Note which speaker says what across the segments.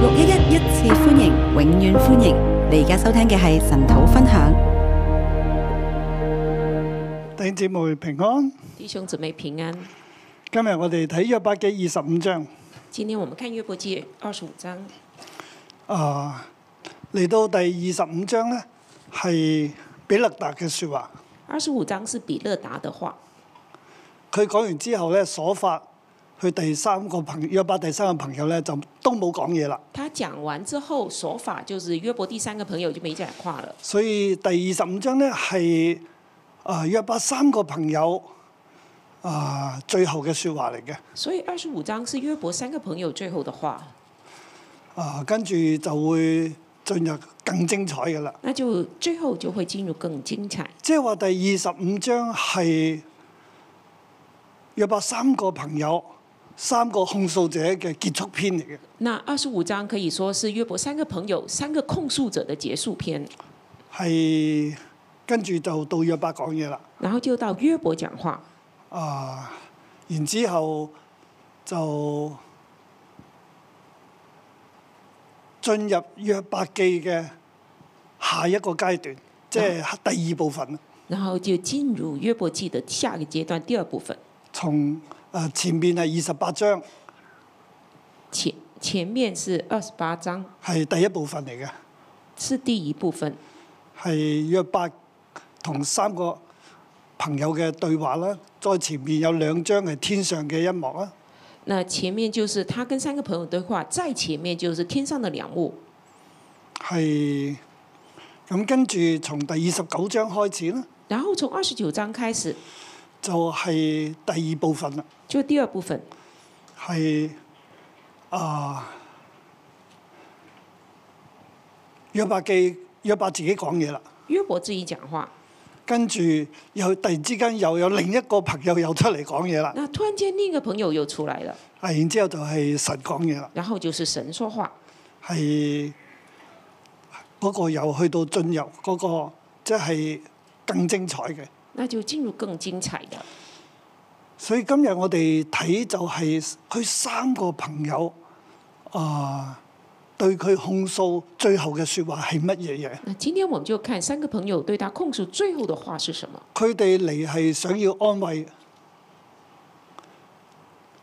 Speaker 1: 六一一一次歡迎，永遠歡迎！你而家收聽嘅係神土分享。
Speaker 2: 弟兄姊妹平安，
Speaker 3: 弟兄姊妹平安，
Speaker 2: 今日我哋睇約伯記二十五章，
Speaker 3: 今天我们看约伯记二十五章，
Speaker 2: 啊嚟到第二十五章呢，係比勒達嘅説話。
Speaker 3: 二十五章是比勒达的话，
Speaker 2: 佢講完之後呢，所法佢第三個朋約伯第三個朋友呢，就都冇講嘢啦。
Speaker 3: 他讲完之后，手法就是约伯第三个朋友就没讲话了，
Speaker 2: 所以第二十五章呢，係啊約伯三個朋友啊最後嘅説話嚟嘅。
Speaker 3: 所以二十五章是约伯三个朋友最后的话，
Speaker 2: 啊，跟住就會進入更精彩嘅啦。
Speaker 3: 那就最后就会进入更精彩。
Speaker 2: 即係話第二十五章係約伯三個朋友、三個控訴者嘅結束篇嚟嘅，
Speaker 3: 那二十五章可以说是约伯三个朋友、三个控诉者的结束篇，
Speaker 2: 係跟住就到約伯講嘢啦。
Speaker 3: 然后就到约伯讲话，
Speaker 2: 啊，然之後就進入約伯記嘅下一個階段，即係第二部分啦。
Speaker 3: 然后就进入约伯记的下个阶段第二部分，
Speaker 2: 從誒前面係二十八章
Speaker 3: 前前面是二十八章
Speaker 2: 係第一部分嚟嘅。
Speaker 3: 是第一部分。
Speaker 2: 係約伯同三個朋友嘅對話啦。再前面有兩張係天上嘅一幕啦。
Speaker 3: 那前面就是他跟三个朋友对话，再前面就是天上的两幕。
Speaker 2: 係咁跟住從第二十九章開始啦，
Speaker 3: 然后从二十九章开始，
Speaker 2: 就係、第二部分啦，
Speaker 3: 就第二部分
Speaker 2: 係啊約伯記約伯自己講嘢啦。
Speaker 3: 约伯自己讲话。
Speaker 2: 跟住又突然之間又有另一個朋友又出嚟講嘢啦，
Speaker 3: 那突然间另一个朋友又出来了，
Speaker 2: 啊，然之後就係神講嘢啦。
Speaker 3: 然后就是神说话，
Speaker 2: 係嗰個又去到進入嗰、個即係更精彩嘅。
Speaker 3: 那就进入更精彩的。
Speaker 2: 所以今日我哋睇就係佢三個朋友啊、對佢控訴最後嘅説話係乜嘢嘢？
Speaker 3: 那今天我们就看三个朋友对他控诉最后的话是什么。
Speaker 2: 佢哋嚟係想要安慰，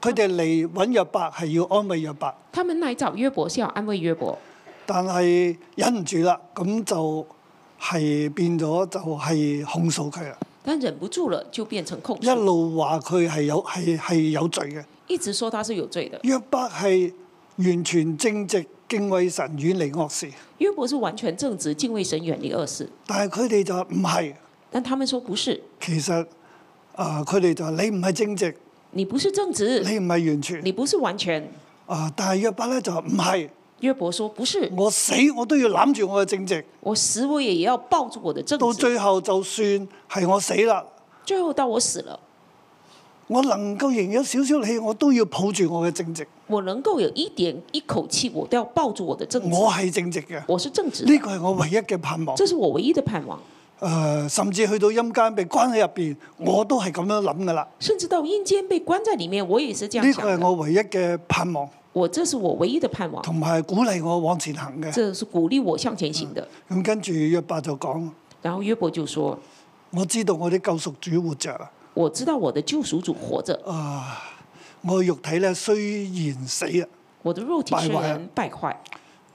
Speaker 2: 佢哋嚟揾約伯係要安慰約伯，
Speaker 3: 他们来找约伯是要安慰约伯，
Speaker 2: 但係忍唔住啦，咁就係變咗就係控訴佢啦。
Speaker 3: 但忍不住了就变成控
Speaker 2: 一
Speaker 3: 诉，
Speaker 2: 路話佢係有係係有罪嘅。
Speaker 3: 一直说他是有罪的。
Speaker 2: 約伯係完全正直、敬畏神、遠離惡事，
Speaker 3: 约伯是完全正直，敬畏神，远离恶事。
Speaker 2: 但係佢哋就話唔係。
Speaker 3: 但他们说不是，
Speaker 2: 其實啊，佢、哋就話你唔係正直，
Speaker 3: 你不是正直，
Speaker 2: 你唔係完全
Speaker 3: 你不是完全。
Speaker 2: 啊、但係約伯咧就話唔係，
Speaker 3: 约伯说：“不是，
Speaker 2: 我死我都要攬住我嘅正直，
Speaker 3: 我死我也要抱住我的正
Speaker 2: 到
Speaker 3: 直。
Speaker 2: 最後就算係我死啦，
Speaker 3: 最后到我死了，
Speaker 2: 我能夠仍有少少氣，我都要抱住我嘅正直。
Speaker 3: 我能够有一点一口气，我都要抱住我的正直。
Speaker 2: 我係正直嘅，
Speaker 3: 我是正直的，
Speaker 2: 呢個係我唯一嘅盼望。
Speaker 3: 这是我唯一的盼望。
Speaker 2: 誒、甚至去到陰間被關喺入邊，我都係咁樣諗噶啦。
Speaker 3: 甚至到阴間被关在里面，我也是这样
Speaker 2: 呢個
Speaker 3: 想
Speaker 2: 係
Speaker 3: 的。
Speaker 2: 我唯一嘅盼望，
Speaker 3: 我这是我唯一的盼望，
Speaker 2: 同埋鼓勵我往前行嘅。
Speaker 3: 这是鼓励我向前行的。
Speaker 2: 咁跟住約伯就講：
Speaker 3: 然后约伯就说
Speaker 2: 我知道我啲救贖主活着，：“
Speaker 3: 我知道我的救赎主活着，
Speaker 2: 嗯我嘅肉體咧雖然死啊，
Speaker 3: 我的肉体
Speaker 2: 败坏
Speaker 3: 虽
Speaker 2: 了
Speaker 3: 然败坏，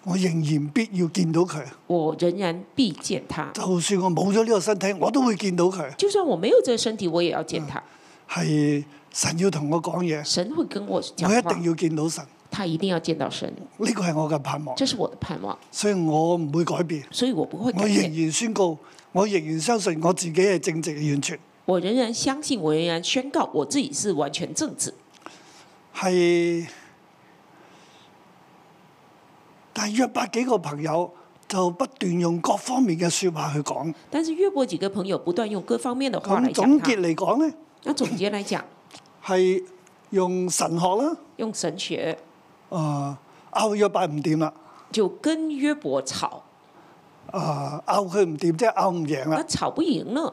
Speaker 2: 我仍然必要見到佢。
Speaker 3: 我仍然必见他。
Speaker 2: 就算我冇咗呢個身體，我都會見到佢。
Speaker 3: 就算我没有这个身体，我也要见他。
Speaker 2: 嗯係神要同我講嘢，
Speaker 3: 神会跟我讲
Speaker 2: 我一
Speaker 3: 话
Speaker 2: 定，要見到神。
Speaker 3: 他一定要见到神。
Speaker 2: 呢個係我嘅盼望，
Speaker 3: 这是我的盼望，
Speaker 2: 所以我唔會改變。
Speaker 3: 所以我不会
Speaker 2: 我
Speaker 3: 改
Speaker 2: 仍
Speaker 3: 变。
Speaker 2: 然宣告，我仍然相信我自己係正直完全，
Speaker 3: 我仍然相信，我仍然宣告我自己是完全正直。
Speaker 2: 係。但係約伯幾個朋友就不斷用各方面嘅説話去講。
Speaker 3: 但是越过几个朋友不断用各方面的话来
Speaker 2: 咁
Speaker 3: 讲
Speaker 2: 總
Speaker 3: 他
Speaker 2: 結。嚟講咧，
Speaker 3: 那总结来讲，
Speaker 2: 係用神學啦，
Speaker 3: 用神学
Speaker 2: 誒、拗約伯唔掂啦，
Speaker 3: 就跟约伯吵，
Speaker 2: 誒、拗佢唔掂，即係拗唔贏
Speaker 3: 那
Speaker 2: 啦，
Speaker 3: 吵不赢呢，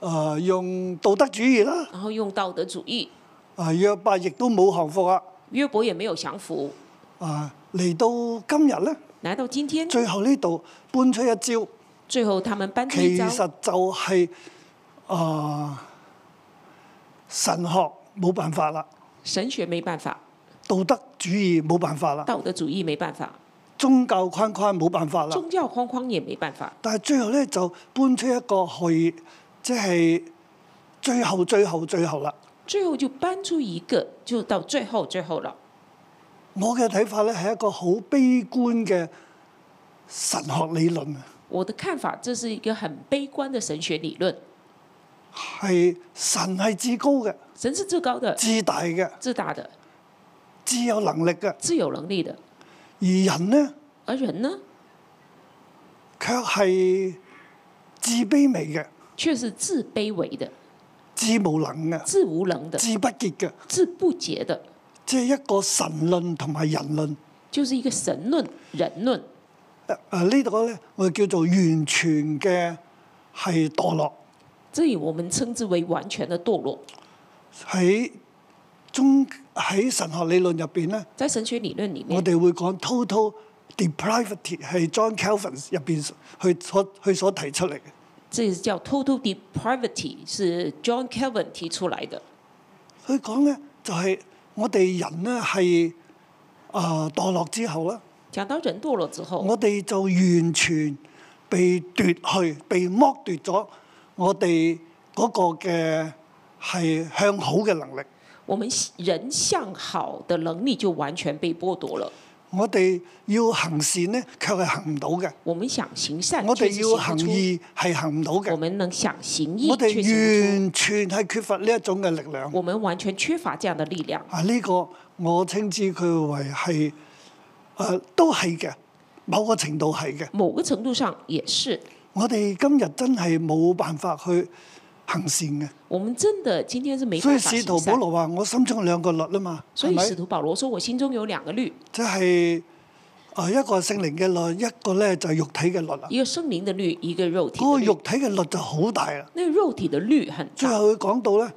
Speaker 2: 誒、用道德主義啦，
Speaker 3: 然后用道德主义，
Speaker 2: 誒、約伯亦都冇降服啊，
Speaker 3: 约伯也没有降服，
Speaker 2: 誒、嚟到今日咧，
Speaker 3: 来到今天，
Speaker 2: 最後呢度搬出一招，
Speaker 3: 最后他们搬出一
Speaker 2: 其
Speaker 3: 招，
Speaker 2: 實就係、啊、神學冇辦法啦，
Speaker 3: 神学沒办法，
Speaker 2: 道德主義冇辦法啦，
Speaker 3: 道德主義沒办法，
Speaker 2: 宗教框框冇辦法啦。
Speaker 3: 宗教框框也沒办法。
Speaker 2: 但係最後咧就搬出一個去，即係最後最後最後啦。
Speaker 3: 最后就搬出一个，就到最后最後了。
Speaker 2: 我嘅睇法咧係一個好悲觀嘅神學理論啊，
Speaker 3: 我的看法，这是一个很悲觀的神學理論。
Speaker 2: 係神係至高嘅、
Speaker 3: 神是至高的、
Speaker 2: 至大嘅、
Speaker 3: 至大的、
Speaker 2: 至有能力嘅，
Speaker 3: 自有能力的，
Speaker 2: 而人呢，
Speaker 3: 而人呢，
Speaker 2: 卻係至卑微嘅、
Speaker 3: 却是自卑微的、
Speaker 2: 至無能嘅、
Speaker 3: 自無能的、
Speaker 2: 至不潔嘅，
Speaker 3: 自不潔的，
Speaker 2: 即係一個神論同埋人論。
Speaker 3: 就是一個神論、人論。
Speaker 2: 誒、呃呢度咧，我哋叫做完全嘅係墮落。
Speaker 3: 这里我們稱之為完全的墮落。
Speaker 2: 喺中喺神學理論入邊咧，
Speaker 3: 在神學理論里
Speaker 2: 我
Speaker 3: 面，
Speaker 2: 哋會講 total depravity 係 John Calvin 入邊佢所佢所提出嚟嘅，
Speaker 3: 这是叫 total depravity，是 John Calvin 提出來的。
Speaker 2: 佢講咧就係、我哋人咧係啊墮落之後啦，
Speaker 3: 講到人墮落之後，
Speaker 2: 我哋就完全被奪去、被剝奪咗我哋嗰個嘅係向好嘅能力。
Speaker 3: 我們人向好的能力就完全被剝奪了。
Speaker 2: 我哋要行善咧，卻係行唔到嘅；
Speaker 3: 我們想行善，
Speaker 2: 我哋
Speaker 3: 卻是
Speaker 2: 要行
Speaker 3: 行不出
Speaker 2: 義係行唔到嘅
Speaker 3: 我。們能想行義，
Speaker 2: 我哋
Speaker 3: 卻行不
Speaker 2: 完全係缺乏呢一種嘅力量
Speaker 3: 出。。我們完全缺乏這樣的力量。
Speaker 2: 啊，呢、個我稱之佢為係誒、呃都係嘅，某個程度係嘅。
Speaker 3: 某個程度上也是，
Speaker 2: 我哋今日真係冇辦法去行善嘅，
Speaker 3: 我們真的今天是沒
Speaker 2: 所以
Speaker 3: 辦法
Speaker 2: 使
Speaker 3: 行
Speaker 2: 徒保
Speaker 3: 善。
Speaker 2: 羅話：我心中有兩個律啊嘛，
Speaker 3: 所
Speaker 2: 係
Speaker 3: 以
Speaker 2: 咪
Speaker 3: 使？徒保羅說：“我心中有兩個律，
Speaker 2: 即係誒一個係聖靈嘅律，一個咧就係肉體嘅律啊。
Speaker 3: 一個聖靈的律，一個肉
Speaker 2: 嗰
Speaker 3: 體的
Speaker 2: 個
Speaker 3: 律。
Speaker 2: 啊肉啊體嘅律就好大啦。
Speaker 3: 那個肉體的律很
Speaker 2: 最
Speaker 3: 大。
Speaker 2: 後佢講到咧，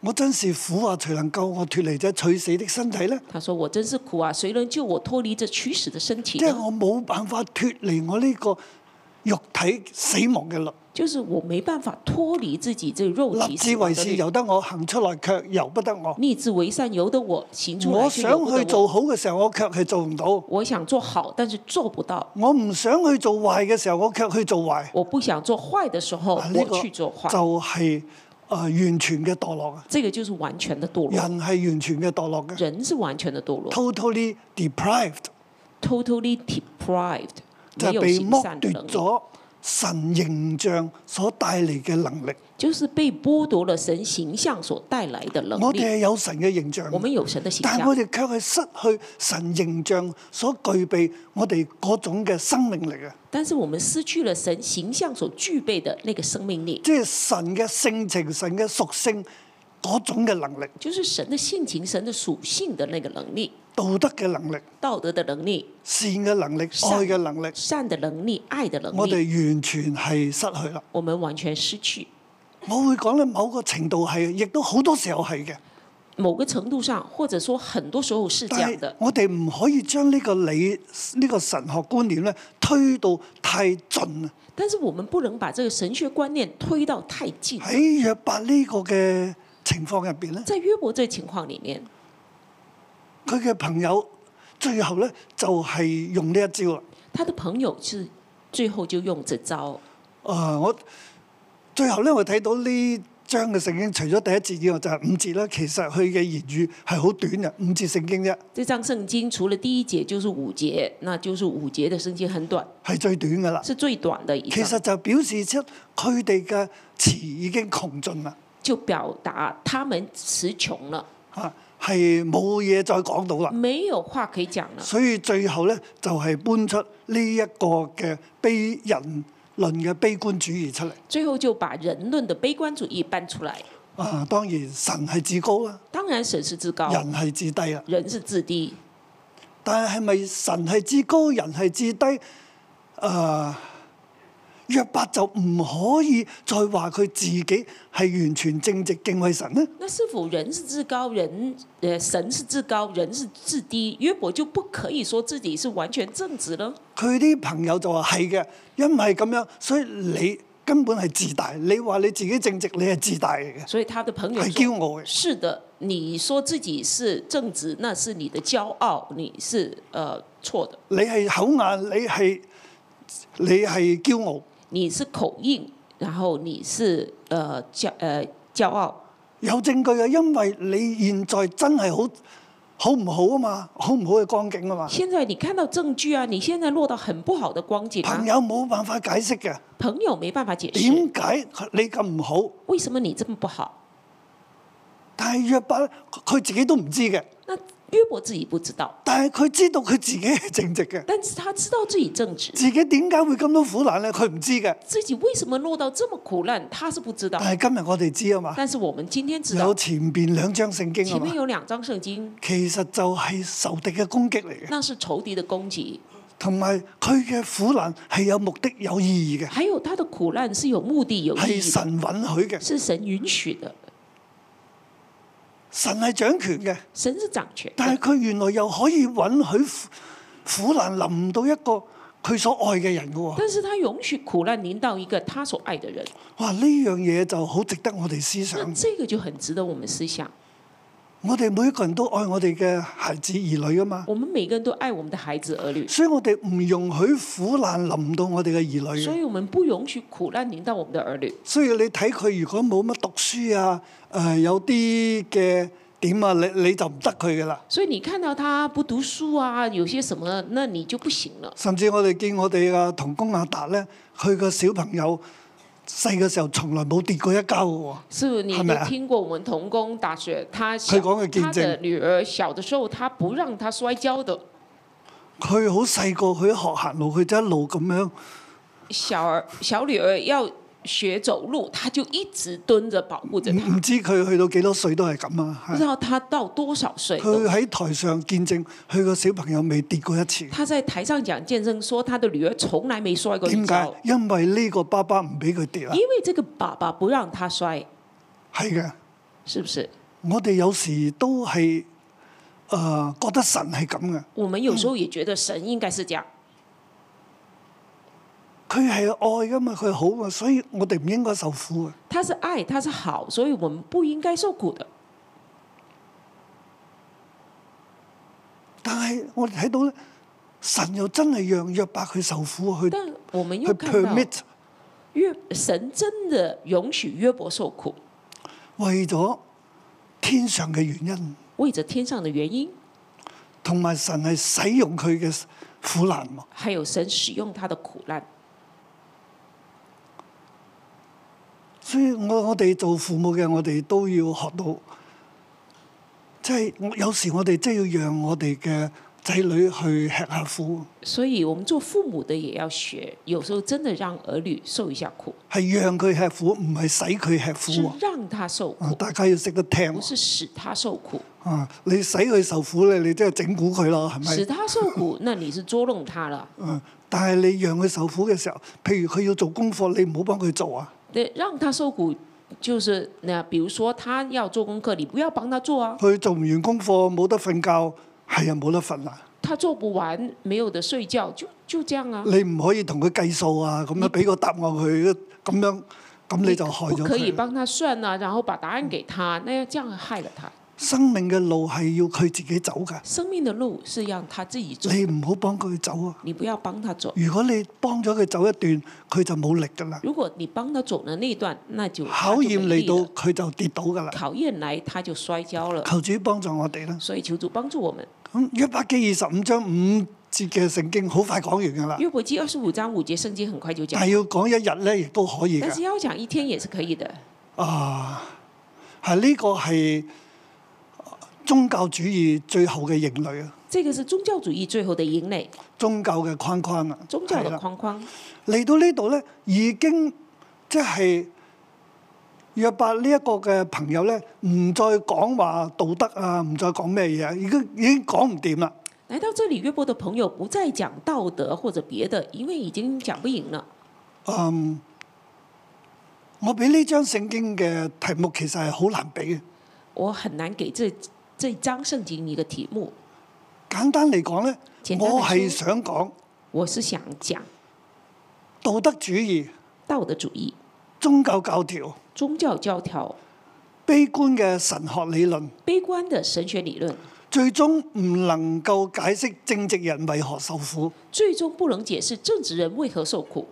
Speaker 2: 我真是苦啊！誰能救我脱離這取死的身體咧？
Speaker 3: 他說：‘我真是苦啊！誰能救我脱離這驅使的身體
Speaker 2: 即係
Speaker 3: 呢？’
Speaker 2: 我冇辦法脱離我呢個肉體死亡嘅律，
Speaker 3: 就是我沒辦法脱離自己這肉
Speaker 2: 立
Speaker 3: 體死
Speaker 2: 志
Speaker 3: 亡
Speaker 2: 為
Speaker 3: 的
Speaker 2: 是
Speaker 3: 律。
Speaker 2: 由得我，行出來卻由不得我。
Speaker 3: 立志為善，由得我行出來。
Speaker 2: 我
Speaker 3: 卻
Speaker 2: 想
Speaker 3: 由不得
Speaker 2: 去
Speaker 3: 我，
Speaker 2: 做好嘅時候，我卻係做唔到；
Speaker 3: 我想做好，但是做不到。
Speaker 2: 我唔想去做壞嘅時候，我卻去做壞。
Speaker 3: 我不想做壞的時候，
Speaker 2: 啊呢、
Speaker 3: 我
Speaker 2: 個
Speaker 3: 去做壞。
Speaker 2: 就係、呃完全嘅墮落啊！
Speaker 3: 这个就是完全的堕落。
Speaker 2: 人係完全嘅墮落嘅
Speaker 3: 人是完全的堕落
Speaker 2: ，totally deprived
Speaker 3: ，totally deprived，
Speaker 2: 就
Speaker 3: 没
Speaker 2: 係
Speaker 3: 有
Speaker 2: 被
Speaker 3: 行
Speaker 2: 剝
Speaker 3: 善的能
Speaker 2: 奪
Speaker 3: 力，
Speaker 2: 咗神形象所帶嚟嘅能力。
Speaker 3: 就是被剝奪了神形象所带来的能
Speaker 2: 我
Speaker 3: 力。
Speaker 2: 哋係有神嘅形象
Speaker 3: 我。们有神的形
Speaker 2: 但係我
Speaker 3: 象，
Speaker 2: 哋卻係失去神形象所具備我哋嗰種嘅生命力啊！
Speaker 3: 但是我们失去了神形象所具備的那个生命力，
Speaker 2: 即係神嘅性情、神嘅屬性嗰種嘅能力、
Speaker 3: 就是神的性情、神的屬性的那个能力、
Speaker 2: 道德嘅能力、
Speaker 3: 道德的能力、
Speaker 2: 善嘅能力、
Speaker 3: 善
Speaker 2: 愛嘅能力，
Speaker 3: 善的能力、愛的能
Speaker 2: 我哋
Speaker 3: 力，
Speaker 2: 完全係失去啦。
Speaker 3: 我们完全失去。
Speaker 2: 我會講咧，某個程度係，亦都好多時候係嘅。
Speaker 3: 某個程度上，或者說很多時候是這
Speaker 2: 但
Speaker 3: 樣
Speaker 2: 係
Speaker 3: 的，
Speaker 2: 我哋唔可以將呢個理、呢、個神學觀念咧推到太盡啊！
Speaker 3: 但是我們不能把這個神學觀念推到太近。
Speaker 2: 喺約伯呢個嘅情況入邊咧。
Speaker 3: 在約伯這情況裡面，
Speaker 2: 佢嘅朋友最後咧就係、用呢一招啦。
Speaker 3: 他的朋友是最後就用這招。
Speaker 2: 啊、我最後咧我睇到呢章嘅聖經，除咗第一節以外就係五節啦。其實佢嘅言語係好短嘅，五節聖經啫，
Speaker 3: 這章聖經除了第一節就是五節，那就是五節的聖經很短，
Speaker 2: 係最短噶啦。
Speaker 3: 是最短的一
Speaker 2: 其實
Speaker 3: 章，
Speaker 2: 就表示出佢哋嘅詞已經窮盡啦，
Speaker 3: 就表達他們詞窮了，
Speaker 2: 嚇啊係冇嘢再講到啦。
Speaker 3: 沒有話可以講了。
Speaker 2: 所以最後咧就係、搬出呢一個嘅悲人論嘅悲觀主義出嚟。
Speaker 3: 最後就把人論的悲觀主義搬出來。
Speaker 2: 啊、當然神係至高啦，
Speaker 3: 當然神是至高，
Speaker 2: 人係至低啦。
Speaker 3: 人是至低。
Speaker 2: 但係咪神係至高，人係至低？誒、啊約伯就唔可以再話佢自己係完全正直敬畏神呢？
Speaker 3: 那是否人是至高，人呃神是至高，人是至低？约伯就不可以说自己是完全正直呢？
Speaker 2: 佢啲朋友就話係嘅，因為咁樣，所以你根本係自大。你話你自己正直，你係自大嚟嘅，
Speaker 3: 所以他的朋友
Speaker 2: 係
Speaker 3: 说
Speaker 2: 驕傲：“嘅。
Speaker 3: 是的，你说自己是正直，那是你的骄傲，你是呃错的，
Speaker 2: 你係口硬，你係你係驕傲。
Speaker 3: 你是口硬，然后你是呃骄呃骄傲。
Speaker 2: 有證據嘅，啊因為你現在真係好好唔好啊嘛，好唔好嘅光景啊嘛。
Speaker 3: 现在你看到证据啊，你现在落到很不好的光景啊
Speaker 2: 朋，友冇辦法解釋嘅，
Speaker 3: 朋友没办法解释
Speaker 2: 點解你咁唔好？
Speaker 3: 为什么你这么不好。
Speaker 2: 但係約伯佢自己都唔知嘅，
Speaker 3: 那约伯自己不知道，
Speaker 2: 但係佢知道佢自己 係正直嘅，
Speaker 3: 但是他知道自己正直。”
Speaker 2: 自己點解會咁多苦難咧？佢唔知嘅。
Speaker 3: 自己为什么落到这么苦难，他是不知道
Speaker 2: 但。係今日我哋知啊嘛，
Speaker 3: 但是我们今天知道
Speaker 2: 有，前邊兩章聖經啊
Speaker 3: 前面
Speaker 2: 嘛，
Speaker 3: 有兩章聖經，
Speaker 2: 其實就係仇敵嘅攻擊嚟嘅，
Speaker 3: 那是仇敵的攻擊，
Speaker 2: 同埋佢嘅苦難係有目的、有意義嘅，
Speaker 3: 還有他的苦難是有目的、有意
Speaker 2: 係
Speaker 3: 義的，
Speaker 2: 神允許嘅，
Speaker 3: 是神允許的，
Speaker 2: 神係掌權嘅。
Speaker 3: 神是掌權的。
Speaker 2: 但係佢原來又可以允許苦苦難臨到一個佢所愛嘅人嘅喎。
Speaker 3: 但是他允許苦難臨到一個他所愛的人，
Speaker 2: 哇！呢樣嘢就好值得我哋思
Speaker 3: 那
Speaker 2: 想。
Speaker 3: 這個就很值得我們思想。
Speaker 2: 我哋每一個人都愛我哋嘅孩子兒女啊嘛，
Speaker 3: 我們每個人都愛我們的孩子兒女，
Speaker 2: 所以我哋唔容許苦難臨到我哋嘅兒女
Speaker 3: 所
Speaker 2: 嘅。
Speaker 3: 以我們不允許苦難臨到我們的兒女。
Speaker 2: 所以你睇佢如果冇乜讀書啊，誒、有啲嘅點啊，你你就唔得佢噶啦。
Speaker 3: 所以你看到他不讀書啊，有些什麼，那你就不行了。
Speaker 2: 甚至我哋見我哋嘅童工阿達咧，佢個小朋友細嘅時候從來冇跌過一跤嘅喎。
Speaker 3: 是你
Speaker 2: 係咪
Speaker 3: 都
Speaker 2: 啊
Speaker 3: 聽過我們童工大學，他
Speaker 2: 佢講
Speaker 3: 小
Speaker 2: 嘅見
Speaker 3: 他的
Speaker 2: 證
Speaker 3: 女兒小的時候，他不讓她摔跤的。
Speaker 2: 佢好細個，佢學行路，佢就一路咁樣
Speaker 3: 小兒小女兒要學走路，他就一直蹲着保護着她
Speaker 2: 唔，唔知佢去到幾多歲都係咁啊！
Speaker 3: 不知道她到多少歲
Speaker 2: 佢
Speaker 3: 了。
Speaker 2: 喺台上見證，佢個小朋友未跌過一次。
Speaker 3: 他在台上講見證說，他的女兒從來沒摔過一
Speaker 2: 點
Speaker 3: 跤
Speaker 2: 解，？因為呢個爸爸唔俾佢跌啊
Speaker 3: 因！為這個爸爸不讓她摔，
Speaker 2: 係嘅，
Speaker 3: 是不是？
Speaker 2: 我哋有時都係誒、呃、覺得神係咁嘅，
Speaker 3: 我們有時候也覺得神應該是這樣，
Speaker 2: 佢係愛噶嘛，佢好啊，所以我哋唔應該受苦啊！
Speaker 3: 他是愛，他是好，所以我們不應該受苦的。
Speaker 2: 但係我哋睇到咧，神又真係讓約伯去受苦啊，去
Speaker 3: 但我們
Speaker 2: 去
Speaker 3: 又看到
Speaker 2: permit
Speaker 3: 約神真的容許約伯受苦，
Speaker 2: 為咗天上嘅原因。
Speaker 3: 为着天上的原因，
Speaker 2: 同埋神係使用佢嘅苦難喎。
Speaker 3: 还有神使用他的苦难。
Speaker 2: 所以我我哋做父母嘅，我哋都要學到，即係我有時我哋真係要讓我哋嘅仔女去吃下苦，
Speaker 3: 所以，我们做父母的也要學，有時候真的讓兒女受一下苦，
Speaker 2: 係讓佢吃苦，唔係使佢吃
Speaker 3: 是
Speaker 2: 苦喎。
Speaker 3: 讓他受
Speaker 2: 啊
Speaker 3: 苦，
Speaker 2: 大家要識得聽
Speaker 3: 不
Speaker 2: 喎
Speaker 3: 是使他受苦。
Speaker 2: 啊！你使佢受苦咧，你即係整蠱佢咯，係
Speaker 3: 使他受苦，那你是捉弄他了。
Speaker 2: 咪？啊！但係你讓佢受苦嘅時候，譬如佢要做功課，你唔好幫佢做啊！
Speaker 3: 對，讓他受苦就是那，比如說他要做功課，你不要幫他做啊，
Speaker 2: 佢做唔完功課，冇得瞓覺，係啊，冇得瞓啦！
Speaker 3: 他做不完，沒有的睡覺，就就這樣啊。
Speaker 2: 你唔可以同佢計數啊，咁樣俾個答案佢，咁樣咁你就害
Speaker 3: 不
Speaker 2: 咗
Speaker 3: 可以
Speaker 2: 佢啦。
Speaker 3: 幫他算啊，然後把答案給他，那這樣害了他。
Speaker 2: 生命嘅路係要佢自己走㗎，
Speaker 3: 生命的路是讓他自己走，
Speaker 2: 你唔好幫佢走啊！
Speaker 3: 你不要幫他走。
Speaker 2: 如果你幫咗佢走一段，佢就冇力㗎啦。
Speaker 3: 如果你幫他走的那一段，那就
Speaker 2: 考驗
Speaker 3: 他就沒
Speaker 2: 嚟
Speaker 3: 力了
Speaker 2: 到，佢就跌倒㗎啦。
Speaker 3: 考驗來他就摔跤了。
Speaker 2: 求主幫助我哋啦。
Speaker 3: 所以求主幫助我們。
Speaker 2: 咁一百記二十五章五節嘅聖經好快講完㗎啦，
Speaker 3: 約伯記二十五章五節聖經很快就
Speaker 2: 但
Speaker 3: 講，
Speaker 2: 係要講一日咧，亦都可以
Speaker 3: 但是
Speaker 2: 㗎。
Speaker 3: 要講一天也是可以的。
Speaker 2: 啊，係呢個係宗教主義最後嘅營壘啊，
Speaker 3: 這個是宗教主義最後的營壘，
Speaker 2: 宗教嘅框框啊，
Speaker 3: 宗教
Speaker 2: 係
Speaker 3: 的
Speaker 2: 啦
Speaker 3: 框框。
Speaker 2: 嚟到呢度咧，已經即係約伯呢一個嘅朋友咧，唔再講話道德啊，唔再講咩嘢啊，已經已經講唔掂啦。
Speaker 3: 來到這裡，約伯的朋友不再講道德或者別的，因為已經講不贏了。
Speaker 2: 誒、嗯，我俾呢張聖經嘅題目其實係好難俾嘅。
Speaker 3: 我很難給這這一章聖經一個題目。
Speaker 2: 簡單嚟講咧
Speaker 3: 簡，單嚟講
Speaker 2: 我係想講
Speaker 3: 我是想講
Speaker 2: 道德主義、
Speaker 3: 道德主義、
Speaker 2: 宗教教條、
Speaker 3: 宗教教條、
Speaker 2: 悲觀嘅神學理論，
Speaker 3: 悲觀的神學理論，
Speaker 2: 最終唔能夠解釋正直人為何受苦。
Speaker 3: 最終不能解釋正直人為何受苦。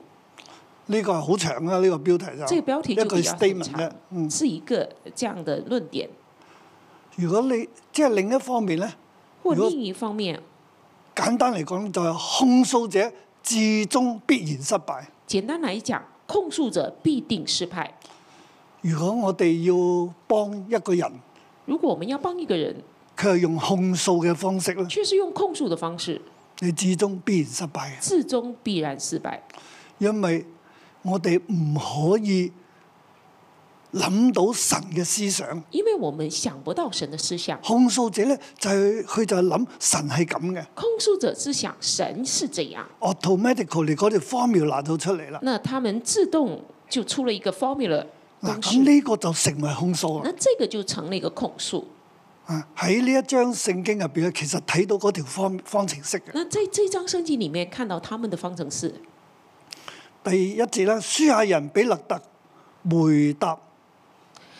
Speaker 2: 呢、個係好長啊！呢、個標題就
Speaker 3: 這個標題就
Speaker 2: 一句
Speaker 3: 比較很
Speaker 2: statement 嗯咧
Speaker 3: 長。，是一個這樣的論點。
Speaker 2: 如果你即係另一方面咧，
Speaker 3: 或
Speaker 2: 如果
Speaker 3: 另一方面，
Speaker 2: 簡單嚟講就係控訴者至終必然失敗。
Speaker 3: 簡單來講，控訴者必定失敗。
Speaker 2: 如果我哋要幫一個人，
Speaker 3: 如果我們要幫一個人，
Speaker 2: 佢係用控訴嘅方式咧，
Speaker 3: 卻是用控訴的方式，
Speaker 2: 你至終必然失敗嘅，
Speaker 3: 至終必然失敗，
Speaker 2: 因為我哋唔可以諗到神嘅思想。
Speaker 3: 因為我們想不到神的思想。
Speaker 2: 控訴者咧就係佢就係諗神係咁嘅
Speaker 3: 控訴者是想神是這樣，
Speaker 2: ，automatically 嗰條 formula 就出嚟啦。
Speaker 3: 那他們自動就出了一個 formula
Speaker 2: 嗱，
Speaker 3: 公
Speaker 2: 咁
Speaker 3: 式，
Speaker 2: 呢個就成為控訴啦
Speaker 3: 那。這個就成了一個控訴。
Speaker 2: 啊，喺呢一章聖經入邊咧，其實睇到嗰條方方程式嘅。
Speaker 3: 那在這張聖經裡面看到他們的方程式，
Speaker 2: 第一節啦，書亞人比勒特回答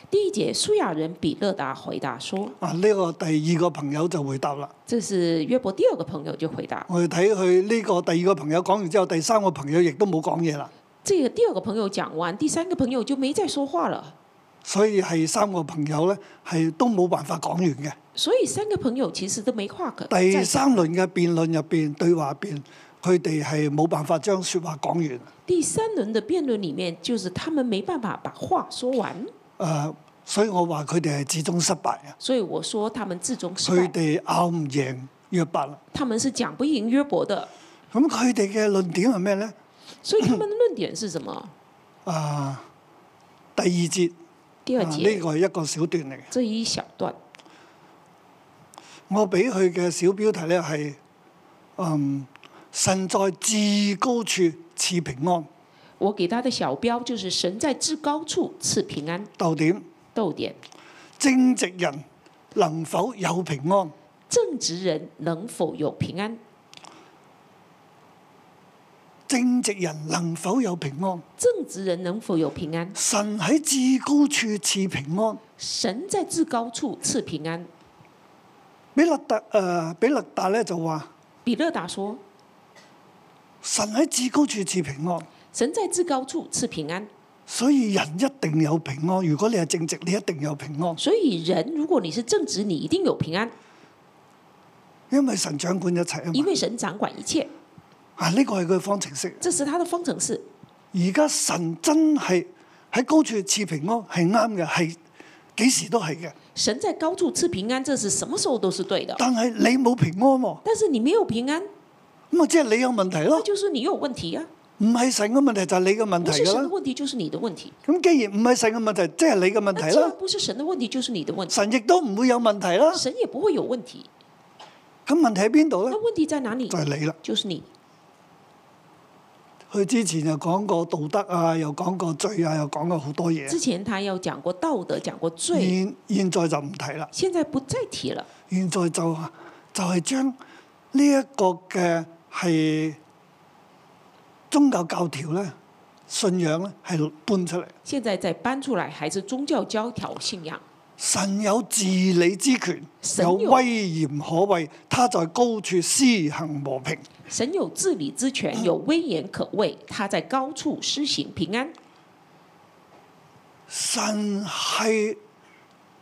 Speaker 3: 第一節，蘇亞人比勒達回答說
Speaker 2: 啊，呢、個第二個朋友就回答啦。：“
Speaker 3: 這是約伯第二個朋友就回答。
Speaker 2: 我哋睇佢呢個第二個朋友講完之後，第三個朋友亦都冇講嘢啦，
Speaker 3: 這個第二個朋友講完，第三個朋友就沒再說話了。
Speaker 2: 所以係三個朋友咧係都冇辦法講完嘅。
Speaker 3: 所以三個朋友其實都沒話可
Speaker 2: 第
Speaker 3: 再
Speaker 2: 三輪嘅辯論入邊對話入邊，佢哋係冇辦法將説話講完。誒、
Speaker 3: 第三輪的辯論裡面，就是他們沒辦法把話說完，
Speaker 2: 呃所以我話佢哋係始終失敗啊！
Speaker 3: 所以我說他們最終失
Speaker 2: 佢
Speaker 3: 敗。
Speaker 2: 哋拗唔贏約伯啦。
Speaker 3: 他們是講不贏約伯的，
Speaker 2: 咁佢哋嘅論點係咩咧？
Speaker 3: 所以他們的論點是 什麼？
Speaker 2: 啊，第二節
Speaker 3: 第
Speaker 2: 啊
Speaker 3: 二
Speaker 2: 呢
Speaker 3: 節、
Speaker 2: 個係一個小段嚟嘅。
Speaker 3: 這一小段，
Speaker 2: 我俾佢嘅小標題咧係，嗯，神在至高處賜平安。
Speaker 3: 我給他的小標就是“神在至高處賜平安
Speaker 2: 逗點，”。
Speaker 3: 逗點，
Speaker 2: 正直人能否有平安？
Speaker 3: 正直人能否有平安？
Speaker 2: 正直人能否有平安？
Speaker 3: 正直人能否有平安？
Speaker 2: 神喺至高處賜平安。
Speaker 3: 神在至高處賜平安。
Speaker 2: 比勒特誒、呃比勒達咧就話：
Speaker 3: 比勒達說
Speaker 2: 神喺至高處賜平安，：“
Speaker 3: 神在至高處賜平安。”
Speaker 2: 所以人一定有平安。如果你係正直，你一定有平安，
Speaker 3: 所以人，如果你是正直，你一定有平安，
Speaker 2: 因為神掌管一切啊
Speaker 3: 因
Speaker 2: 嘛。
Speaker 3: 為神掌管一切，
Speaker 2: 啊，呢個係佢嘅方程式。
Speaker 3: 這是他的方程式。
Speaker 2: 而家神真係喺高處賜平安係啱嘅，係幾時都係嘅。
Speaker 3: 神在高處賜平安，這是什麼時候都是對的。
Speaker 2: 但係你冇平安喎，
Speaker 3: 但是你沒有平安，
Speaker 2: 咁啊即係你有問題咯
Speaker 3: 那。就是你有問題啊，
Speaker 2: 唔係神嘅問題就係你嘅問
Speaker 3: 不
Speaker 2: 題
Speaker 3: 是
Speaker 2: 㗎
Speaker 3: 神的
Speaker 2: 啦。
Speaker 3: 問題就是你的問題。
Speaker 2: 咁既然唔係神嘅問題，即係你嘅問
Speaker 3: 那
Speaker 2: 題
Speaker 3: 既然
Speaker 2: 啦。
Speaker 3: 不是神的問題，就是你的問題，
Speaker 2: 神亦都唔會有問題啦。
Speaker 3: 神也不會有問題。
Speaker 2: 咁問題喺邊度
Speaker 3: 那
Speaker 2: 咧？
Speaker 3: 問題在哪裡
Speaker 2: 就？係你啦。
Speaker 3: 就是你。
Speaker 2: 佢之前又講過道德啊，又講過罪啊，又講過好多嘢
Speaker 3: 之。前他有講過道德，講過罪，
Speaker 2: 現現在就唔提啦。
Speaker 3: 現在不再提了。
Speaker 2: 現在就就係將呢一個嘅係宗教教條咧、信仰咧係搬出嚟。
Speaker 3: 現在再搬出來，還是宗教教條信仰。
Speaker 2: 神有治理之權，
Speaker 3: 神
Speaker 2: 有
Speaker 3: 有
Speaker 2: 威嚴可畏，他在高處施行和平。
Speaker 3: 神有治理之权，有威严可畏，他在高处施行平安。
Speaker 2: 神係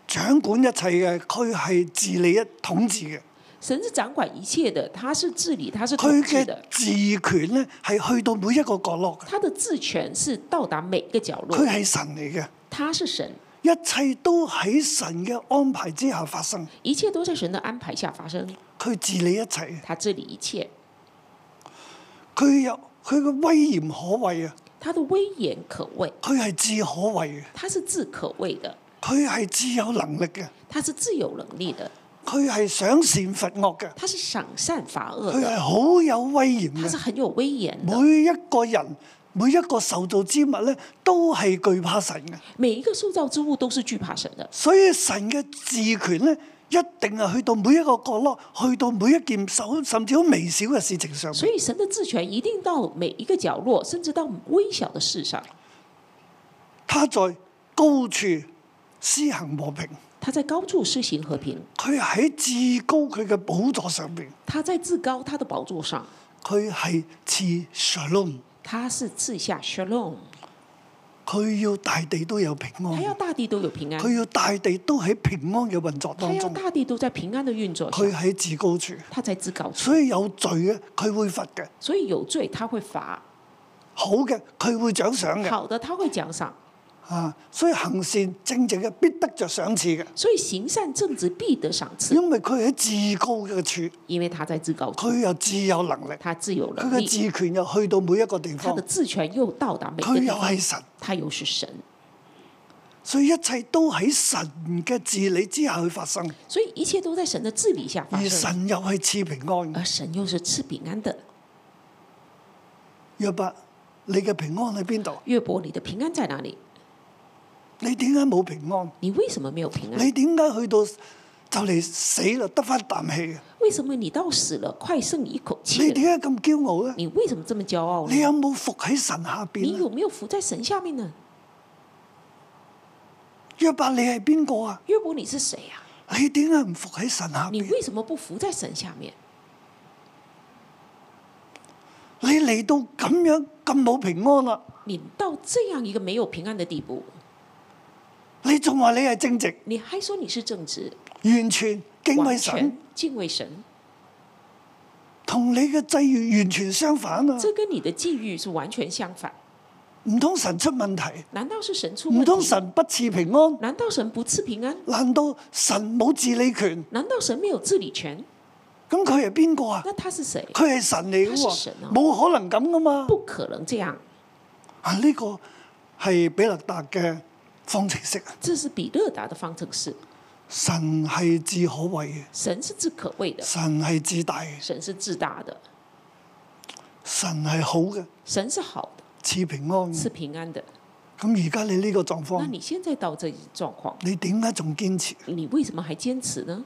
Speaker 2: 掌管一切嘅，佢係治理一統治嘅，
Speaker 3: 神是掌管一切的，他是治理，他是
Speaker 2: 佢
Speaker 3: 统治
Speaker 2: 嘅
Speaker 3: 的，
Speaker 2: 治權咧係去到每一個角落嘅，
Speaker 3: 他的治权是到达每个角落
Speaker 2: 佢。係神嚟嘅，
Speaker 3: 他是神，
Speaker 2: 一切都喺神嘅安排之下發生，
Speaker 3: 一切都在神的安排下发生，
Speaker 2: 佢治理一切，啊
Speaker 3: 他治理一切，
Speaker 2: 佢有佢嘅威嚴可畏啊，
Speaker 3: 他的威严可畏，
Speaker 2: 佢係至可畏嘅，啊
Speaker 3: 他是自可畏的，
Speaker 2: 佢係至有能力嘅，
Speaker 3: 他是自有能力的，
Speaker 2: 佢係賞善罰惡嘅，
Speaker 3: 他是赏善罚恶
Speaker 2: 佢
Speaker 3: 的，
Speaker 2: 係好有威嚴
Speaker 3: 他是
Speaker 2: 嘅，
Speaker 3: 嗯很有威严的。
Speaker 2: 每一個人每一個受造之物咧都係懼怕神嘅，
Speaker 3: 每一个塑造之物都是惧怕神的，
Speaker 2: 所以神嘅治權咧一定係去到每一個角落，去到每一件手甚至好微小嘅事情上面
Speaker 3: 所。以神的治权一定到每一个角落，甚至到微小的事上，
Speaker 2: 他在高處施行和平，
Speaker 3: 他在高处施行和平，
Speaker 2: 佢喺至高佢嘅寶座上面，
Speaker 3: 他在至高他的宝座上，
Speaker 2: 佢係賜 shalom，
Speaker 3: 他是赐下 shalom，
Speaker 2: 佢要大地都有平
Speaker 3: 他要
Speaker 2: 安，
Speaker 3: 大地都有平安，
Speaker 2: 佢要大地都喺平安嘅運作
Speaker 3: 他
Speaker 2: 當
Speaker 3: 要
Speaker 2: 中，
Speaker 3: 大地都在平安的运作下
Speaker 2: 佢，喺至高處，
Speaker 3: 他在至高处，
Speaker 2: 所以有罪嘅佢會罰嘅，
Speaker 3: 所以有罪他会罚，
Speaker 2: 好嘅佢會獎賞嘅，
Speaker 3: 好的他会奖赏，
Speaker 2: 啊，所以行善正直嘅必得着賞賜嘅，
Speaker 3: 所以行善正直必得赏赐，
Speaker 2: 因為佢喺至高嘅處，
Speaker 3: 因为他在至高处，
Speaker 2: 佢又自有能力，
Speaker 3: 他自有
Speaker 2: 佢
Speaker 3: 能
Speaker 2: 嘅
Speaker 3: 力，
Speaker 2: 治權又去到每一個地
Speaker 3: 他
Speaker 2: 方
Speaker 3: 的，治权又到达每个
Speaker 2: 佢
Speaker 3: 地
Speaker 2: 又
Speaker 3: 方
Speaker 2: 係，神。
Speaker 3: 他又是神。
Speaker 2: 所以一切都喺神嘅治理之下去發生，
Speaker 3: 所以一切都在神的治理下发
Speaker 2: 而
Speaker 3: 生，
Speaker 2: 神又係賜平安嘅。
Speaker 3: 而神又是赐平安的。
Speaker 2: 約伯，你嘅平安喺邊度？
Speaker 3: 约伯，你的平安在哪里？
Speaker 2: 你點解冇平安？
Speaker 3: 你为什么没有平安？
Speaker 2: 你點解去到就嚟死啦，得翻啖氣嘅？
Speaker 3: 为什么你到死了快剩一口气
Speaker 2: 你
Speaker 3: 了？
Speaker 2: 點解咁驕傲咧？
Speaker 3: 你为什么这么骄傲
Speaker 2: 你有
Speaker 3: 呢？
Speaker 2: 冇服喺神下
Speaker 3: 嗯你
Speaker 2: 邊啊
Speaker 3: 有
Speaker 2: 咧？
Speaker 3: 没有伏在神下面呢？
Speaker 2: 約伯，你係邊個啊？
Speaker 3: 约伯，你是谁呀、
Speaker 2: 你點解唔服喺神下
Speaker 3: 你
Speaker 2: 邊？
Speaker 3: 为什么不伏在神下面？
Speaker 2: 你嚟到咁樣咁冇平安啦，
Speaker 3: 你到这样一个没有平安的地步，
Speaker 2: 你仲話你係正直，
Speaker 3: 你还说你是正直，
Speaker 2: 完全敬畏
Speaker 3: 完全
Speaker 2: 神，
Speaker 3: 敬畏神，
Speaker 2: 同你嘅際遇完全相反啊！
Speaker 3: 这跟你的际遇是完全相反。
Speaker 2: 唔通神出問題？
Speaker 3: 难道是神出
Speaker 2: 唔
Speaker 3: 问
Speaker 2: 通
Speaker 3: 题？
Speaker 2: 神不賜平安？
Speaker 3: 难道神不赐平安？
Speaker 2: 難道神冇治理權？
Speaker 3: 难道神没有治理权？
Speaker 2: 咁佢係邊個啊？
Speaker 3: 那他是谁？
Speaker 2: 佢係神嚟嘅
Speaker 3: 他是神
Speaker 2: 喎，
Speaker 3: 啊
Speaker 2: 冇、可能咁噶嘛！
Speaker 3: 不可能这样，
Speaker 2: 啊，呢、個係比勒達嘅方程式啊！
Speaker 3: 这是比勒达的方程式。
Speaker 2: 神係至可畏嘅，
Speaker 3: 神是至可畏的，
Speaker 2: 神係至大嘅，
Speaker 3: 神是至大的，
Speaker 2: 神係好嘅，
Speaker 3: 神是好的，
Speaker 2: 賜平安
Speaker 3: 是
Speaker 2: 嘅。
Speaker 3: 平安的。
Speaker 2: 咁而家你呢個狀
Speaker 3: 那
Speaker 2: 況，
Speaker 3: 你现在到这一状况，
Speaker 2: 你點解仲堅持？
Speaker 3: 你为什么还坚持呢？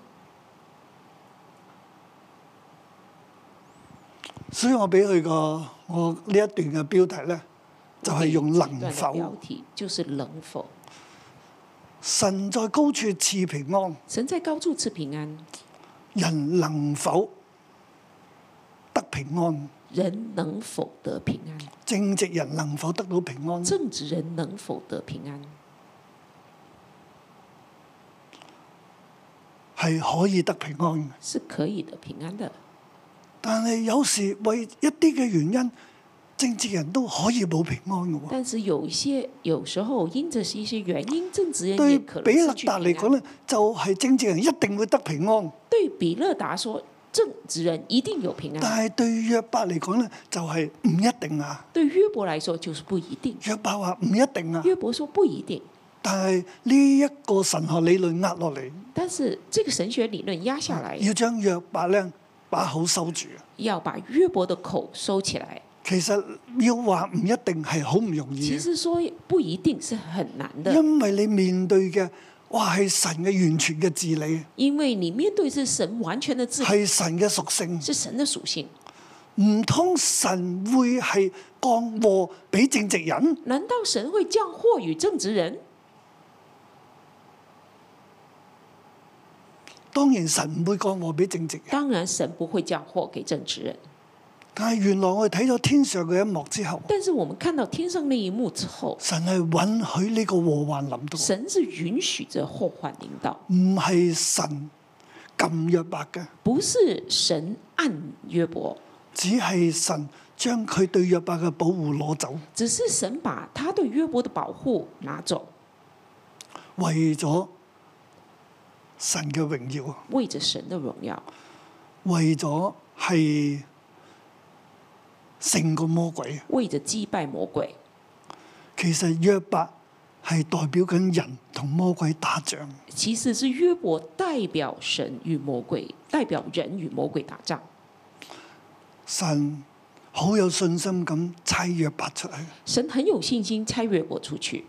Speaker 2: 所以我俾佢個我呢一段嘅標題咧，就係、用
Speaker 3: 这
Speaker 2: 能
Speaker 3: 段的标
Speaker 2: 否
Speaker 3: 题就是能否
Speaker 2: 神在高處賜平安。
Speaker 3: 神在高处赐平安，
Speaker 2: 人能否得平安？
Speaker 3: 人能否得平安？
Speaker 2: 正直人能否得到平安？
Speaker 3: 正直人能否得平安？
Speaker 2: 係可以得平安嘅，
Speaker 3: 是可以的平安的，
Speaker 2: 但係有時為一啲嘅原因，正直人都可以冇平安嘅喎。
Speaker 3: 但是有一些有时候因着是一些原因，正直人
Speaker 2: 對
Speaker 3: 也可能
Speaker 2: 比勒
Speaker 3: 失去
Speaker 2: 達嚟
Speaker 3: 平
Speaker 2: 講
Speaker 3: 安。
Speaker 2: 咧，就係、正直人一定會得平安，
Speaker 3: 对比勒达说，正直人一定有平安。
Speaker 2: 但係對約伯嚟講咧，就係、唔一定啊。
Speaker 3: 对约伯来说就是不一定。
Speaker 2: 約伯話唔一定啊，
Speaker 3: 约伯说不一定，
Speaker 2: 但係呢一個神學理論壓落嚟，
Speaker 3: 但是这个神学理论压下来，
Speaker 2: 要將約伯咧把口收住啊。
Speaker 3: 要把约伯的口收起来。
Speaker 2: 其實要話唔一定係好唔容易
Speaker 3: 其
Speaker 2: 嘅。
Speaker 3: 实说不一定是很难的，
Speaker 2: 因為你面對嘅，哇係神嘅完全嘅治理，
Speaker 3: 因为你面對是神完全的自己，
Speaker 2: 係神嘅屬性，
Speaker 3: 是神的属性。
Speaker 2: 唔通神會係降禍俾正直人？
Speaker 3: 难道神会降祸与正直人？
Speaker 2: 當然神唔會降禍俾正直人，
Speaker 3: 当然，神不会降祸给正直人。
Speaker 2: 但係原來我哋睇咗天上嘅一幕之後，
Speaker 3: 但是我们看到天上那一幕之後，
Speaker 2: 神係允許呢個禍患臨到，
Speaker 3: 神是允许着祸患临到，
Speaker 2: 唔係神撳約伯嘅，
Speaker 3: 不是神按约伯，
Speaker 2: 只係神將佢對約伯嘅保護攞走，
Speaker 3: 只是神把他对约伯的保护拿走，
Speaker 2: 為咗神嘅榮耀。
Speaker 3: 为着神的荣耀，
Speaker 2: 為咗係勝過魔鬼。
Speaker 3: 为着击败魔鬼。
Speaker 2: 其實約伯係代表緊人同魔鬼打仗，
Speaker 3: 其实是约伯代表神与魔鬼，代表人与魔鬼打仗。
Speaker 2: 神好有信心咁差約伯出去。
Speaker 3: 神很有信心差约伯出去。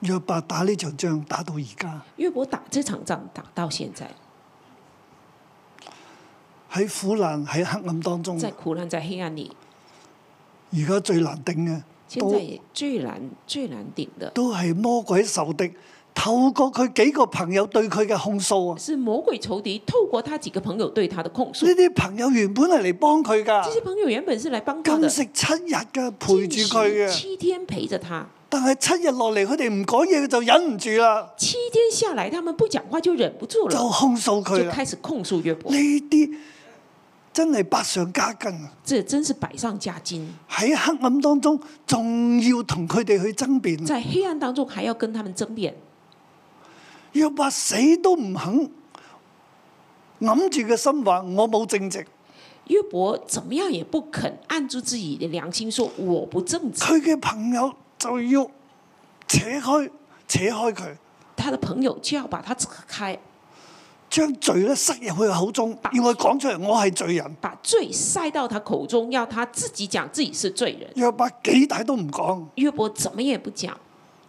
Speaker 2: 約伯打呢場仗打到而家，
Speaker 3: 约伯打这场仗打到现在，
Speaker 2: 喺苦難喺黑暗當中，
Speaker 3: 在苦难在黑暗里，
Speaker 2: 而家最難頂嘅
Speaker 3: 现在
Speaker 2: 都
Speaker 3: 也最难最难顶的
Speaker 2: 都係魔鬼仇敵透過佢幾個朋友對佢嘅控訴啊！
Speaker 3: 是魔鬼仇敌透过他几个朋友对他的控诉
Speaker 2: 呢。啲朋友原本係嚟幫佢
Speaker 3: 这些
Speaker 2: 㗎，
Speaker 3: 朋友原本是来帮他的
Speaker 2: 禁，食七日㗎，陪住佢
Speaker 3: 禁食
Speaker 2: 嘅。
Speaker 3: 七天陪着他，
Speaker 2: 但係七日落嚟，佢哋唔講嘢，佢就忍唔住啦，
Speaker 3: 七天下来他们不讲话就忍不住
Speaker 2: 就
Speaker 3: 了，
Speaker 2: 控訴佢
Speaker 3: 就
Speaker 2: 啦。
Speaker 3: 开始控诉约伯
Speaker 2: 呢。啲真係百上加斤啊！
Speaker 3: 这真是百上加斤，
Speaker 2: 喺黑暗當中，仲要同佢哋去爭辯。啊
Speaker 3: 在黑暗当中还要跟他们争辩。
Speaker 2: 約伯死都唔肯，揞住個心話：我冇正直。
Speaker 3: 约伯怎么样也不肯按住自己的良心说我不正直，
Speaker 2: 佢嘅朋友就要扯開扯開佢，
Speaker 3: 他的朋友就要把他扯开，
Speaker 2: 將罪咧塞入佢嘅口中，要佢講出嚟，我係罪人。
Speaker 3: 把罪塞到他口中，要他自己讲自己是罪人。
Speaker 2: 約伯幾大都唔講，
Speaker 3: 约伯怎么也不讲，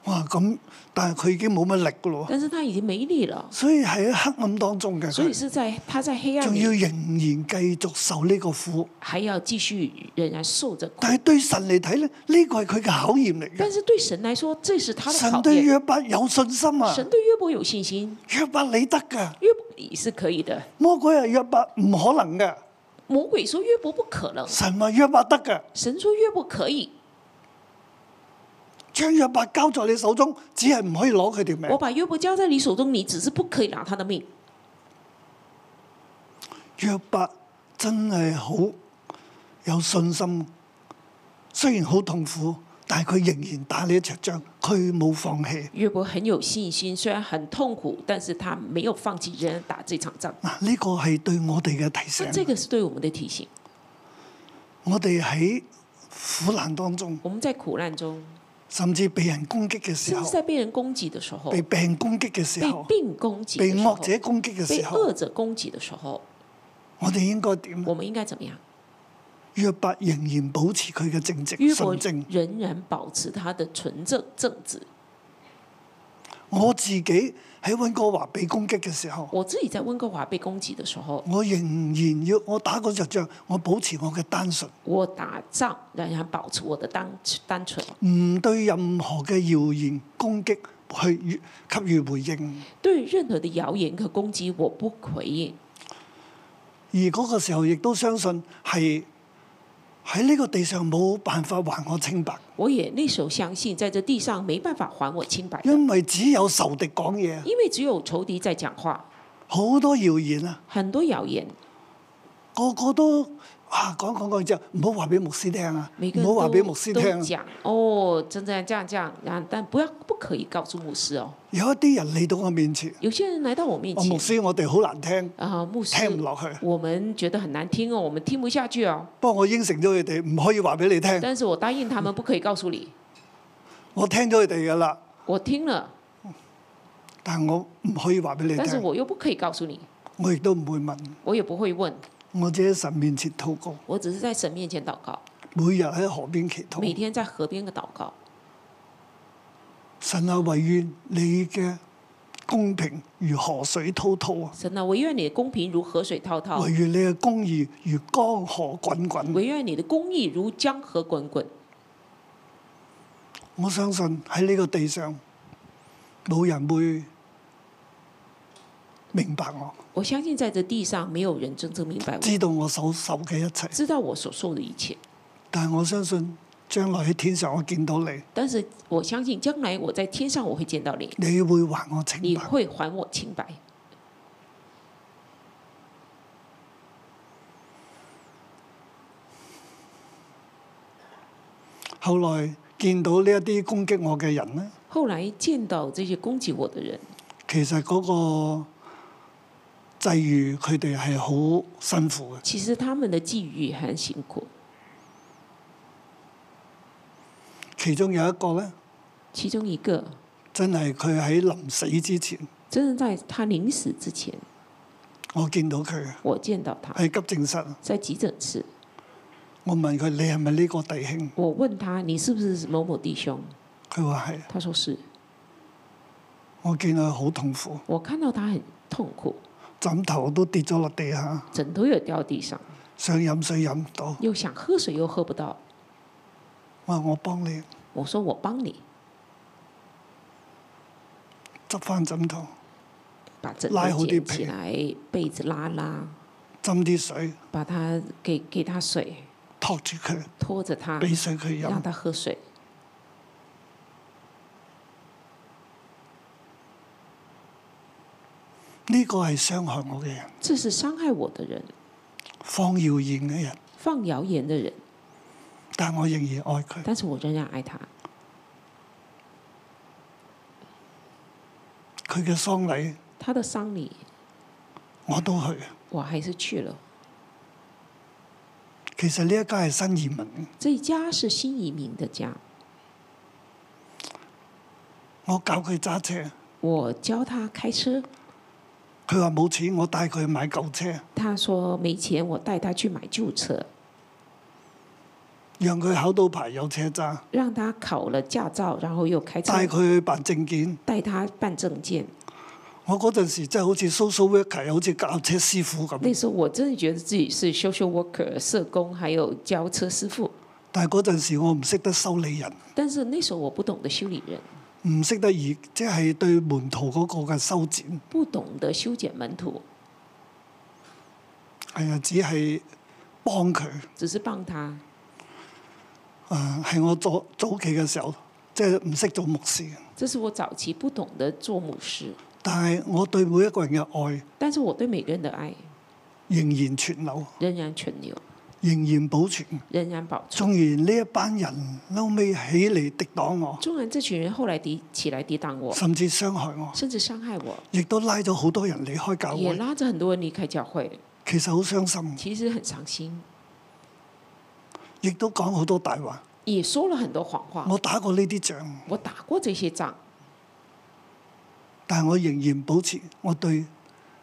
Speaker 2: 哇咁！但係佢已經冇乜力噶咯喎，
Speaker 3: 但是他已经没力了，
Speaker 2: 所以喺黑暗當中嘅
Speaker 3: 所以
Speaker 2: 佢，
Speaker 3: 是在他在黑暗
Speaker 2: 仲要
Speaker 3: 里
Speaker 2: 仍然繼續受呢個苦。
Speaker 3: 还要继续仍然受着苦
Speaker 2: 但。係對神嚟睇咧，呢個係佢嘅考驗嚟嘅
Speaker 3: 但。是对神来说，这是他的
Speaker 2: 神
Speaker 3: 考
Speaker 2: 對
Speaker 3: 验。
Speaker 2: 約伯有信心啊！
Speaker 3: 神对约伯有信心，
Speaker 2: 約伯你得㗎，
Speaker 3: 约伯你是可以的。
Speaker 2: 魔鬼係約伯唔可能㗎。
Speaker 3: 魔鬼说约伯不可能，
Speaker 2: 神話約伯得㗎，
Speaker 3: 神说约伯可以。
Speaker 2: 將約伯交在你手中，只係唔可以攞佢條
Speaker 3: 我
Speaker 2: 命。
Speaker 3: 把约伯交在你手中，你只是不可以拿他的命。
Speaker 2: 約伯真係好有信心，雖然好痛苦，但係佢仍然打呢一場仗，佢冇放棄。
Speaker 3: 约伯很有信心，虽然很痛苦，但是他没有放弃，仍然打这场仗。
Speaker 2: 嗱，呢個係對我哋嘅提
Speaker 3: 那这
Speaker 2: 醒。
Speaker 3: 个是对我们的提醒。
Speaker 2: 我哋喺苦難當中，
Speaker 3: 我们在苦难中，
Speaker 2: 甚至被人攻擊嘅時
Speaker 3: 甚至
Speaker 2: 候，
Speaker 3: 在被人攻击的时候，
Speaker 2: 被
Speaker 3: 被
Speaker 2: 病攻擊嘅時候，
Speaker 3: 病攻击的
Speaker 2: 被
Speaker 3: 时候
Speaker 2: 惡，者攻擊嘅
Speaker 3: 被
Speaker 2: 時候
Speaker 3: 恶，者攻击的时候，
Speaker 2: 我哋應該點？
Speaker 3: 我们应该怎么样？
Speaker 2: 約伯仍然保持佢嘅正直
Speaker 3: 约伯
Speaker 2: 純正。
Speaker 3: 仍然保持他的纯正正直。
Speaker 2: 我自己喺温哥華被攻擊嘅時候，
Speaker 3: 我自己在温哥华被攻击的时候，
Speaker 2: 我仍然要我打嗰場仗，我保持我嘅單純，
Speaker 3: 我打仗仍然保持我的单单纯，
Speaker 2: 唔對任何嘅謠言攻擊去給予回應。
Speaker 3: 对任何的谣言和攻击我不回应。
Speaker 2: 而嗰個時候亦都相信係喺呢個地上冇辦法還我清白，
Speaker 3: 我也那时候相信，在这地上没办法还我清白的，
Speaker 2: 因為只有仇敵講嘢，
Speaker 3: 因为只有仇敌在讲话，
Speaker 2: 好多謠言啊，
Speaker 3: 很多谣言，
Speaker 2: 個個都啊講講講之後，唔好話俾牧師聽啊，
Speaker 3: 每个
Speaker 2: 唔
Speaker 3: 人
Speaker 2: 好話
Speaker 3: 都
Speaker 2: 俾牧師聽
Speaker 3: 都
Speaker 2: 啊。
Speaker 3: 讲哦，真这样这样这样，然后但不要不可以告诉牧师哦。
Speaker 2: 有一啲人嚟到我面前，
Speaker 3: 有些人来到我面
Speaker 2: 哦我牧
Speaker 3: 前，
Speaker 2: 師我哋好難聽，
Speaker 3: 啊，牧师，
Speaker 2: 聽唔落去。
Speaker 3: 我们觉得很难听哦，我们听不下去哦。
Speaker 2: 不過我應承咗佢哋，唔可以話俾你聽。
Speaker 3: 但是我答应他们不可以告诉你，
Speaker 2: 我聽咗佢哋噶啦，
Speaker 3: 我听了，
Speaker 2: 但係我唔可以話俾你
Speaker 3: 但是
Speaker 2: 聽。
Speaker 3: 我又不可以告诉你，
Speaker 2: 我亦都唔會問。
Speaker 3: 我也不会问，
Speaker 2: 我只喺神面前禱告，
Speaker 3: 我只是在神面前祷告，
Speaker 2: 每日喺河邊祈
Speaker 3: 每
Speaker 2: 禱。
Speaker 3: 天在河边的祷告。
Speaker 2: 神啊，唯願你嘅公平如河水滔滔啊！
Speaker 3: 神啊，唯愿你的公平如河水滔滔
Speaker 2: 唯，願你嘅公義如江河滾啊滾。
Speaker 3: 唯愿你的公义如江河滚滚。
Speaker 2: 我相信喺呢個地上，冇人會明白我，
Speaker 3: 我相信在这地上没有人真正明白我，
Speaker 2: 知道我所受嘅一切。
Speaker 3: 知道我所受的一切。
Speaker 2: 但係我相信，將來喺天上我見到你，
Speaker 3: 但是我相信将来我在天上我会见到你，
Speaker 2: 你會還我清
Speaker 3: 你
Speaker 2: 白。
Speaker 3: 会还我清白。
Speaker 2: 後來見到呢一啲攻擊我嘅人呢，
Speaker 3: 后来见到这些攻擊我的人，
Speaker 2: 其實嗰個際遇佢哋係好辛苦嘅。
Speaker 3: 其实他们的际遇很辛苦。
Speaker 2: 其中有一個呢，
Speaker 3: 其中一个
Speaker 2: 真係佢喺臨死之前，
Speaker 3: 真的在他临死之前，
Speaker 2: 我見到佢
Speaker 3: 我见到他
Speaker 2: 喺急症室，
Speaker 3: 在急诊室，
Speaker 2: 我問佢：你係咪呢個弟兄？
Speaker 3: 我问他你是不是某某弟兄？
Speaker 2: 佢話係。
Speaker 3: 他说是。
Speaker 2: 我見佢好痛苦，
Speaker 3: 我看到他很痛苦，
Speaker 2: 枕頭都跌咗落地下，
Speaker 3: 枕头也掉地上，
Speaker 2: 想飲水飲唔到。
Speaker 3: 又想喝水又喝不到。
Speaker 2: 我話我幫你
Speaker 3: 我说我帮你
Speaker 2: 執翻枕頭，
Speaker 3: 把枕
Speaker 2: 拉好
Speaker 3: 头
Speaker 2: 啲
Speaker 3: 捡
Speaker 2: 被
Speaker 3: 起来，被子拉拉，
Speaker 2: 斟啲水，
Speaker 3: 把他给给他水，
Speaker 2: 托住佢，
Speaker 3: 拖着他
Speaker 2: 俾水佢
Speaker 3: 让
Speaker 2: 飲。
Speaker 3: 他喝水。
Speaker 2: 呢個係傷害我嘅人，
Speaker 3: 这是伤害我的人，
Speaker 2: 放謠言嘅人，
Speaker 3: 放谣言的人，
Speaker 2: 但我仍然愛佢。
Speaker 3: 但是我仍然爱他。
Speaker 2: 佢嘅喪禮
Speaker 3: 他的丧礼
Speaker 2: 我都去。
Speaker 3: 我还是去了。
Speaker 2: 其實呢一家係新移民，
Speaker 3: 这一家是新移民的家，
Speaker 2: 我教佢揸車，
Speaker 3: 我教他开车，
Speaker 2: 佢話冇錢，我帶佢去買舊車，
Speaker 3: 他说没钱，我带他去买旧车，
Speaker 2: 讓佢考到牌有車揸，
Speaker 3: 让他考了驾照，然后又开车，
Speaker 2: 帶佢去辦證件。
Speaker 3: 带他办证件。
Speaker 2: 我嗰陣時真係好似 social worker，又好似教車師傅
Speaker 3: 那
Speaker 2: 咁。
Speaker 3: 时候我真的觉得自己是 social worker 社工，还有教车师傅。
Speaker 2: 但係嗰陣時我唔識得修理人，
Speaker 3: 但是那时候我不懂得修理人，
Speaker 2: 唔識得以即係對門徒嗰個嘅修剪，
Speaker 3: 不懂得修剪门徒，
Speaker 2: 係啊，只係幫佢。
Speaker 3: 只是帮他。
Speaker 2: 誒係我早早期嘅時候，即係唔識做牧師嘅，
Speaker 3: 这是我早期不懂得做牧师，
Speaker 2: 但係我對每一個人嘅愛
Speaker 3: 但是我对每个人的爱
Speaker 2: 仍然存留，
Speaker 3: 仍然存留，
Speaker 2: 仍然保存。
Speaker 3: 仍然保存。
Speaker 2: 縱然呢一班人嬲尾起嚟敵擋我，
Speaker 3: 纵然这群人后来抵起来抵挡我，
Speaker 2: 甚至傷害啊我，
Speaker 3: 甚至伤害我，
Speaker 2: 亦都拉咗好多人離開教
Speaker 3: 也
Speaker 2: 會，
Speaker 3: 拉着很多人离开教会，
Speaker 2: 其實好傷心，
Speaker 3: 其实很伤心，
Speaker 2: 亦都講好多大話。
Speaker 3: 也说了很多谎话。
Speaker 2: 我打過呢啲仗，
Speaker 3: 我打过这些仗，
Speaker 2: 但係我仍然保持我對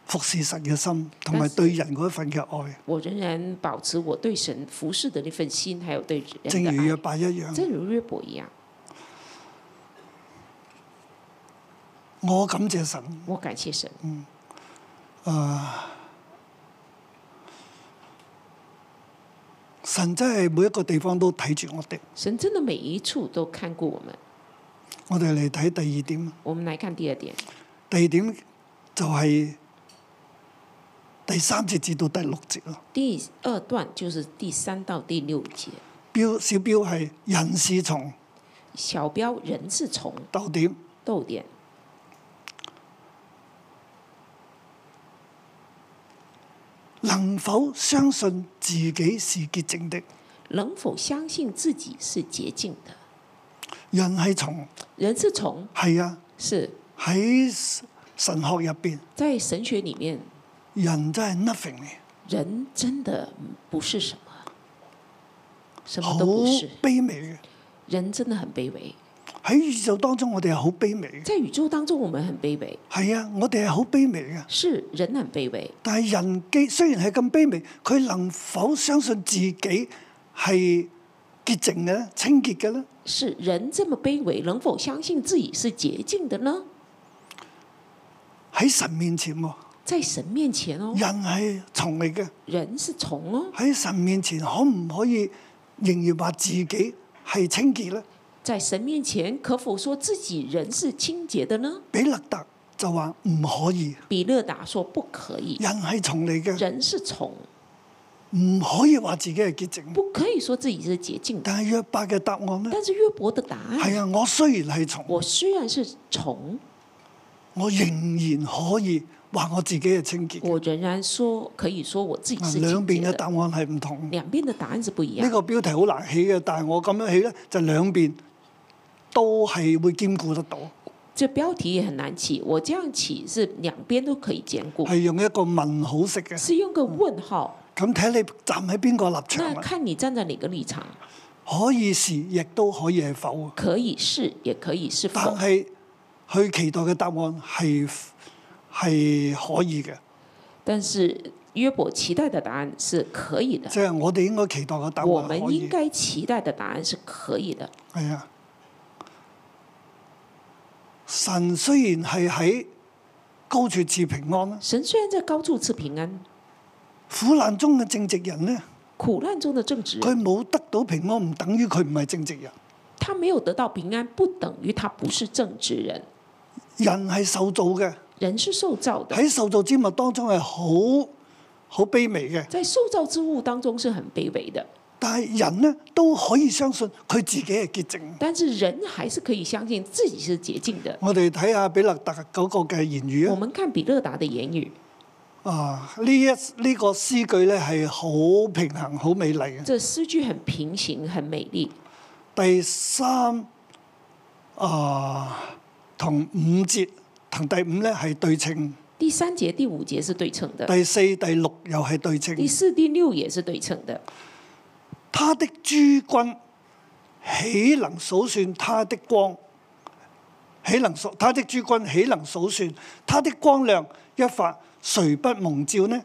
Speaker 2: 服侍神嘅心，同埋
Speaker 3: 但是
Speaker 2: 對人嗰一份嘅愛，
Speaker 3: 我仍然保持我对神服侍的那份心，还有对人
Speaker 2: 正如
Speaker 3: 的
Speaker 2: 約
Speaker 3: 爱，
Speaker 2: 伯一樣。
Speaker 3: 正如约伯一样。
Speaker 2: 我感謝神，
Speaker 3: 我感谢神，
Speaker 2: 神真係每一個地方都睇住我哋。
Speaker 3: 神真的每一处都看顾我们。
Speaker 2: 我哋嚟睇第二點，
Speaker 3: 我们来看第二点，
Speaker 2: 第二點就係第三節至到第六節咯。
Speaker 3: 第二段就是第三到第六节，
Speaker 2: 標小標係人是從
Speaker 3: 小标人是从
Speaker 2: 逗點，
Speaker 3: 逗点，
Speaker 2: 能否相信自己是潔淨的？
Speaker 3: 能否相信自己是洁净的？
Speaker 2: 人係從
Speaker 3: 人是从
Speaker 2: 係啊，
Speaker 3: 是
Speaker 2: 喺神學入邊，
Speaker 3: 在神学里面，
Speaker 2: 人真係 nothing 嚟，
Speaker 3: 人真的不是什么，什
Speaker 2: 好
Speaker 3: 么都不是，
Speaker 2: 卑微嘅。
Speaker 3: 人真的很卑微。
Speaker 2: 喺宇宙當中，我哋係好卑微嘅。
Speaker 3: 在宇宙当中，我们很卑微，
Speaker 2: 係啊，我哋係好卑微嘅。
Speaker 3: 是人很卑微，
Speaker 2: 但係人既雖然係咁卑微，佢能否相信自己係潔淨嘅咧、清潔嘅咧？
Speaker 3: 是人这么卑微，能否相信自己是洁净的呢？
Speaker 2: 喺神面前
Speaker 3: 哦
Speaker 2: 喎，
Speaker 3: 在神面前哦，
Speaker 2: 人係蟲嚟嘅。
Speaker 3: 人是虫哦，
Speaker 2: 喺神面前可唔可以仍然話自己係清潔咧？
Speaker 3: 在神面前，可否说自己人是清洁的呢？
Speaker 2: 比勒特就話唔可以，
Speaker 3: 比勒达说不可以，
Speaker 2: 人係蟲嚟嘅，
Speaker 3: 人是虫，
Speaker 2: 唔可以話自己係潔淨。
Speaker 3: 不可以说自己是洁净的。
Speaker 2: 但係約伯嘅答案咧，
Speaker 3: 但是约伯的答案，
Speaker 2: 係啊，我雖然係蟲，
Speaker 3: 我虽然是虫，
Speaker 2: 我仍然可以話我自己係清潔嘅。
Speaker 3: 我仍然说可以说我自己是
Speaker 2: 嗱，
Speaker 3: 清
Speaker 2: 兩邊
Speaker 3: 洁
Speaker 2: 嘅答
Speaker 3: 的。
Speaker 2: 案哎係唔同。
Speaker 3: 两边的答案是不
Speaker 2: 呢
Speaker 3: 一样。
Speaker 2: 個標題好難起嘅，但係我咁樣起咧，就兩邊都係會兼顧得到，
Speaker 3: 这标题也很难起，我这样起是两边都可以兼顾，
Speaker 2: 係用一個問好式嘅。
Speaker 3: 是用个问号。
Speaker 2: 咁睇你站喺邊個立場
Speaker 3: 那
Speaker 2: 啦，
Speaker 3: 看你站在哪个立场，
Speaker 2: 可以是，亦都可以係否。
Speaker 3: 可以是，也可以是
Speaker 2: 但
Speaker 3: 否。
Speaker 2: 係佢期待嘅答案係係可以嘅，
Speaker 3: 但是约伯期待的答案是可以的，
Speaker 2: 即係我哋應該期待嘅答案
Speaker 3: 我
Speaker 2: 係可
Speaker 3: 们应
Speaker 2: 以，
Speaker 3: 该期待的答案是可以的。
Speaker 2: 係啊。神雖然係喺高處致平安啦，
Speaker 3: 神虽然在高处赐平安，
Speaker 2: 苦難中嘅正直人呢，
Speaker 3: 苦难中的正直人，
Speaker 2: 佢冇得到平安，唔等於佢唔係正直人。
Speaker 3: 他没有得到平安，不等于他不是正直人。
Speaker 2: 人係受造嘅，
Speaker 3: 人是受造的，
Speaker 2: 喺受造之物當中係好好卑微嘅，
Speaker 3: 在受造之物当中是很卑微的，
Speaker 2: 但係人呢都可以相信佢自己係潔淨。
Speaker 3: 但是人还是可以相信自己是洁净的。
Speaker 2: 我哋睇下比勒特嗰個嘅言
Speaker 3: 我
Speaker 2: 語
Speaker 3: 们看比勒达的言语，
Speaker 2: 啊，啊呢一呢個詩句咧係好平衡、好美麗嘅。
Speaker 3: 这诗句很平行，很美丽。
Speaker 2: 第三啊同五節同第五咧係對稱，
Speaker 3: 第三节、第五节是对称的，
Speaker 2: 第四、第六又係對稱
Speaker 3: 第。四、第六也是对称的。
Speaker 2: 他的諸君豈能數算他的光？豈能數他的諸君豈能數算他的光亮一發，誰不蒙照呢？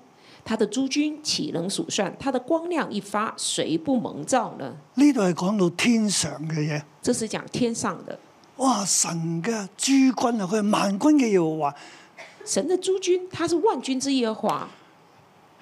Speaker 3: 他的诸君岂能数算？他的光亮一发，谁不蒙照呢？
Speaker 2: 呢度係講到天上嘅嘢。
Speaker 3: 这是讲天上的
Speaker 2: 哇！神嘅諸君啊，佢係萬軍嘅耶和華，
Speaker 3: 神的诸君，他是万军之耶和华，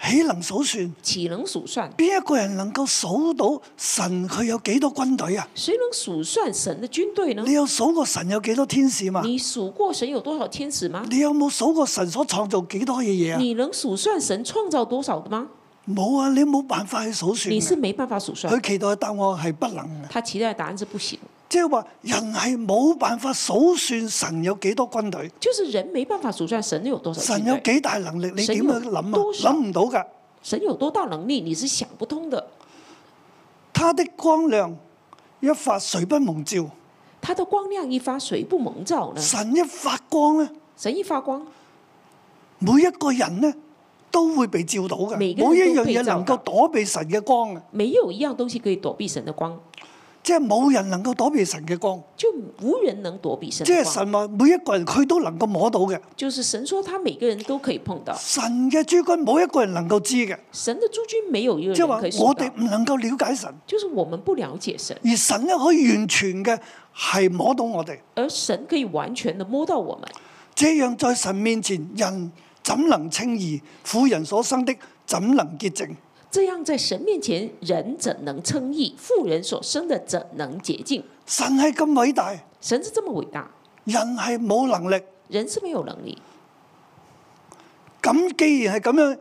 Speaker 2: 豈能數算？
Speaker 3: 岂能数算？
Speaker 2: 邊一個人能夠數到神佢有幾多軍隊啊？
Speaker 3: 谁能数算神的军队呢
Speaker 2: 你？有數過神有幾多天使嘛？
Speaker 3: 嗯你数过神有多少天使吗？
Speaker 2: 你有冇數過神所創造幾多嘅嘢啊？
Speaker 3: 你能数算神创造多少的吗？
Speaker 2: 冇啊！你冇辦法去數算
Speaker 3: 你是
Speaker 2: 嘅。
Speaker 3: 没办法数算
Speaker 2: 佢。期待嘅答案係不能嘅，
Speaker 3: 他期待的答案是不行，
Speaker 2: 即係話人係冇辦法數算神有幾多軍隊，
Speaker 3: 就是人没办法数算神有多少
Speaker 2: 神
Speaker 3: 军
Speaker 2: 有
Speaker 3: 队，
Speaker 2: 幾大能力，你點去諗
Speaker 3: 神有
Speaker 2: 啊？
Speaker 3: 多少
Speaker 2: 諗唔到㗎。
Speaker 3: 神有多大能力，你是想不通的。
Speaker 2: 他的光亮一發，誰不蒙照？
Speaker 3: 他的光亮一发，谁不蒙照呢？
Speaker 2: 神一發光咧。
Speaker 3: 神一发光，
Speaker 2: 每一個人呢都會被照到嘅，
Speaker 3: 每
Speaker 2: 冇
Speaker 3: 個
Speaker 2: 一
Speaker 3: 人
Speaker 2: 樣
Speaker 3: 都被
Speaker 2: 嘢
Speaker 3: 照到
Speaker 2: 能夠躲避神嘅光啊嘅，
Speaker 3: 没有一样东西可以躲避神的光，
Speaker 2: 即係冇人能夠躲避神嘅光。
Speaker 3: 就无人能躲避神
Speaker 2: 即
Speaker 3: 的
Speaker 2: 係
Speaker 3: 光。
Speaker 2: 神話每一個人佢都能夠摸到嘅，
Speaker 3: 就是神说他每个人都可以碰到，
Speaker 2: 神嘅諸君冇一個人能夠知嘅，
Speaker 3: 神的诸君没有一个
Speaker 2: 即係話
Speaker 3: 人可以
Speaker 2: 我
Speaker 3: 数
Speaker 2: 哋
Speaker 3: 到，
Speaker 2: 唔能夠了解神，
Speaker 3: 就是我们不了解神，
Speaker 2: 而神咧可以完全嘅係摸到我哋。
Speaker 3: 而神可以完全的摸到我们。
Speaker 2: 這樣在神面前，人怎能稱義？婦人所生的怎能潔淨？
Speaker 3: 这样在神面前，人怎能称义？妇人所生的怎能洁净？
Speaker 2: 神係咁偉大，
Speaker 3: 神是这么伟大，
Speaker 2: 人係冇能力。
Speaker 3: 人是没有能力。
Speaker 2: 咁既然係咁樣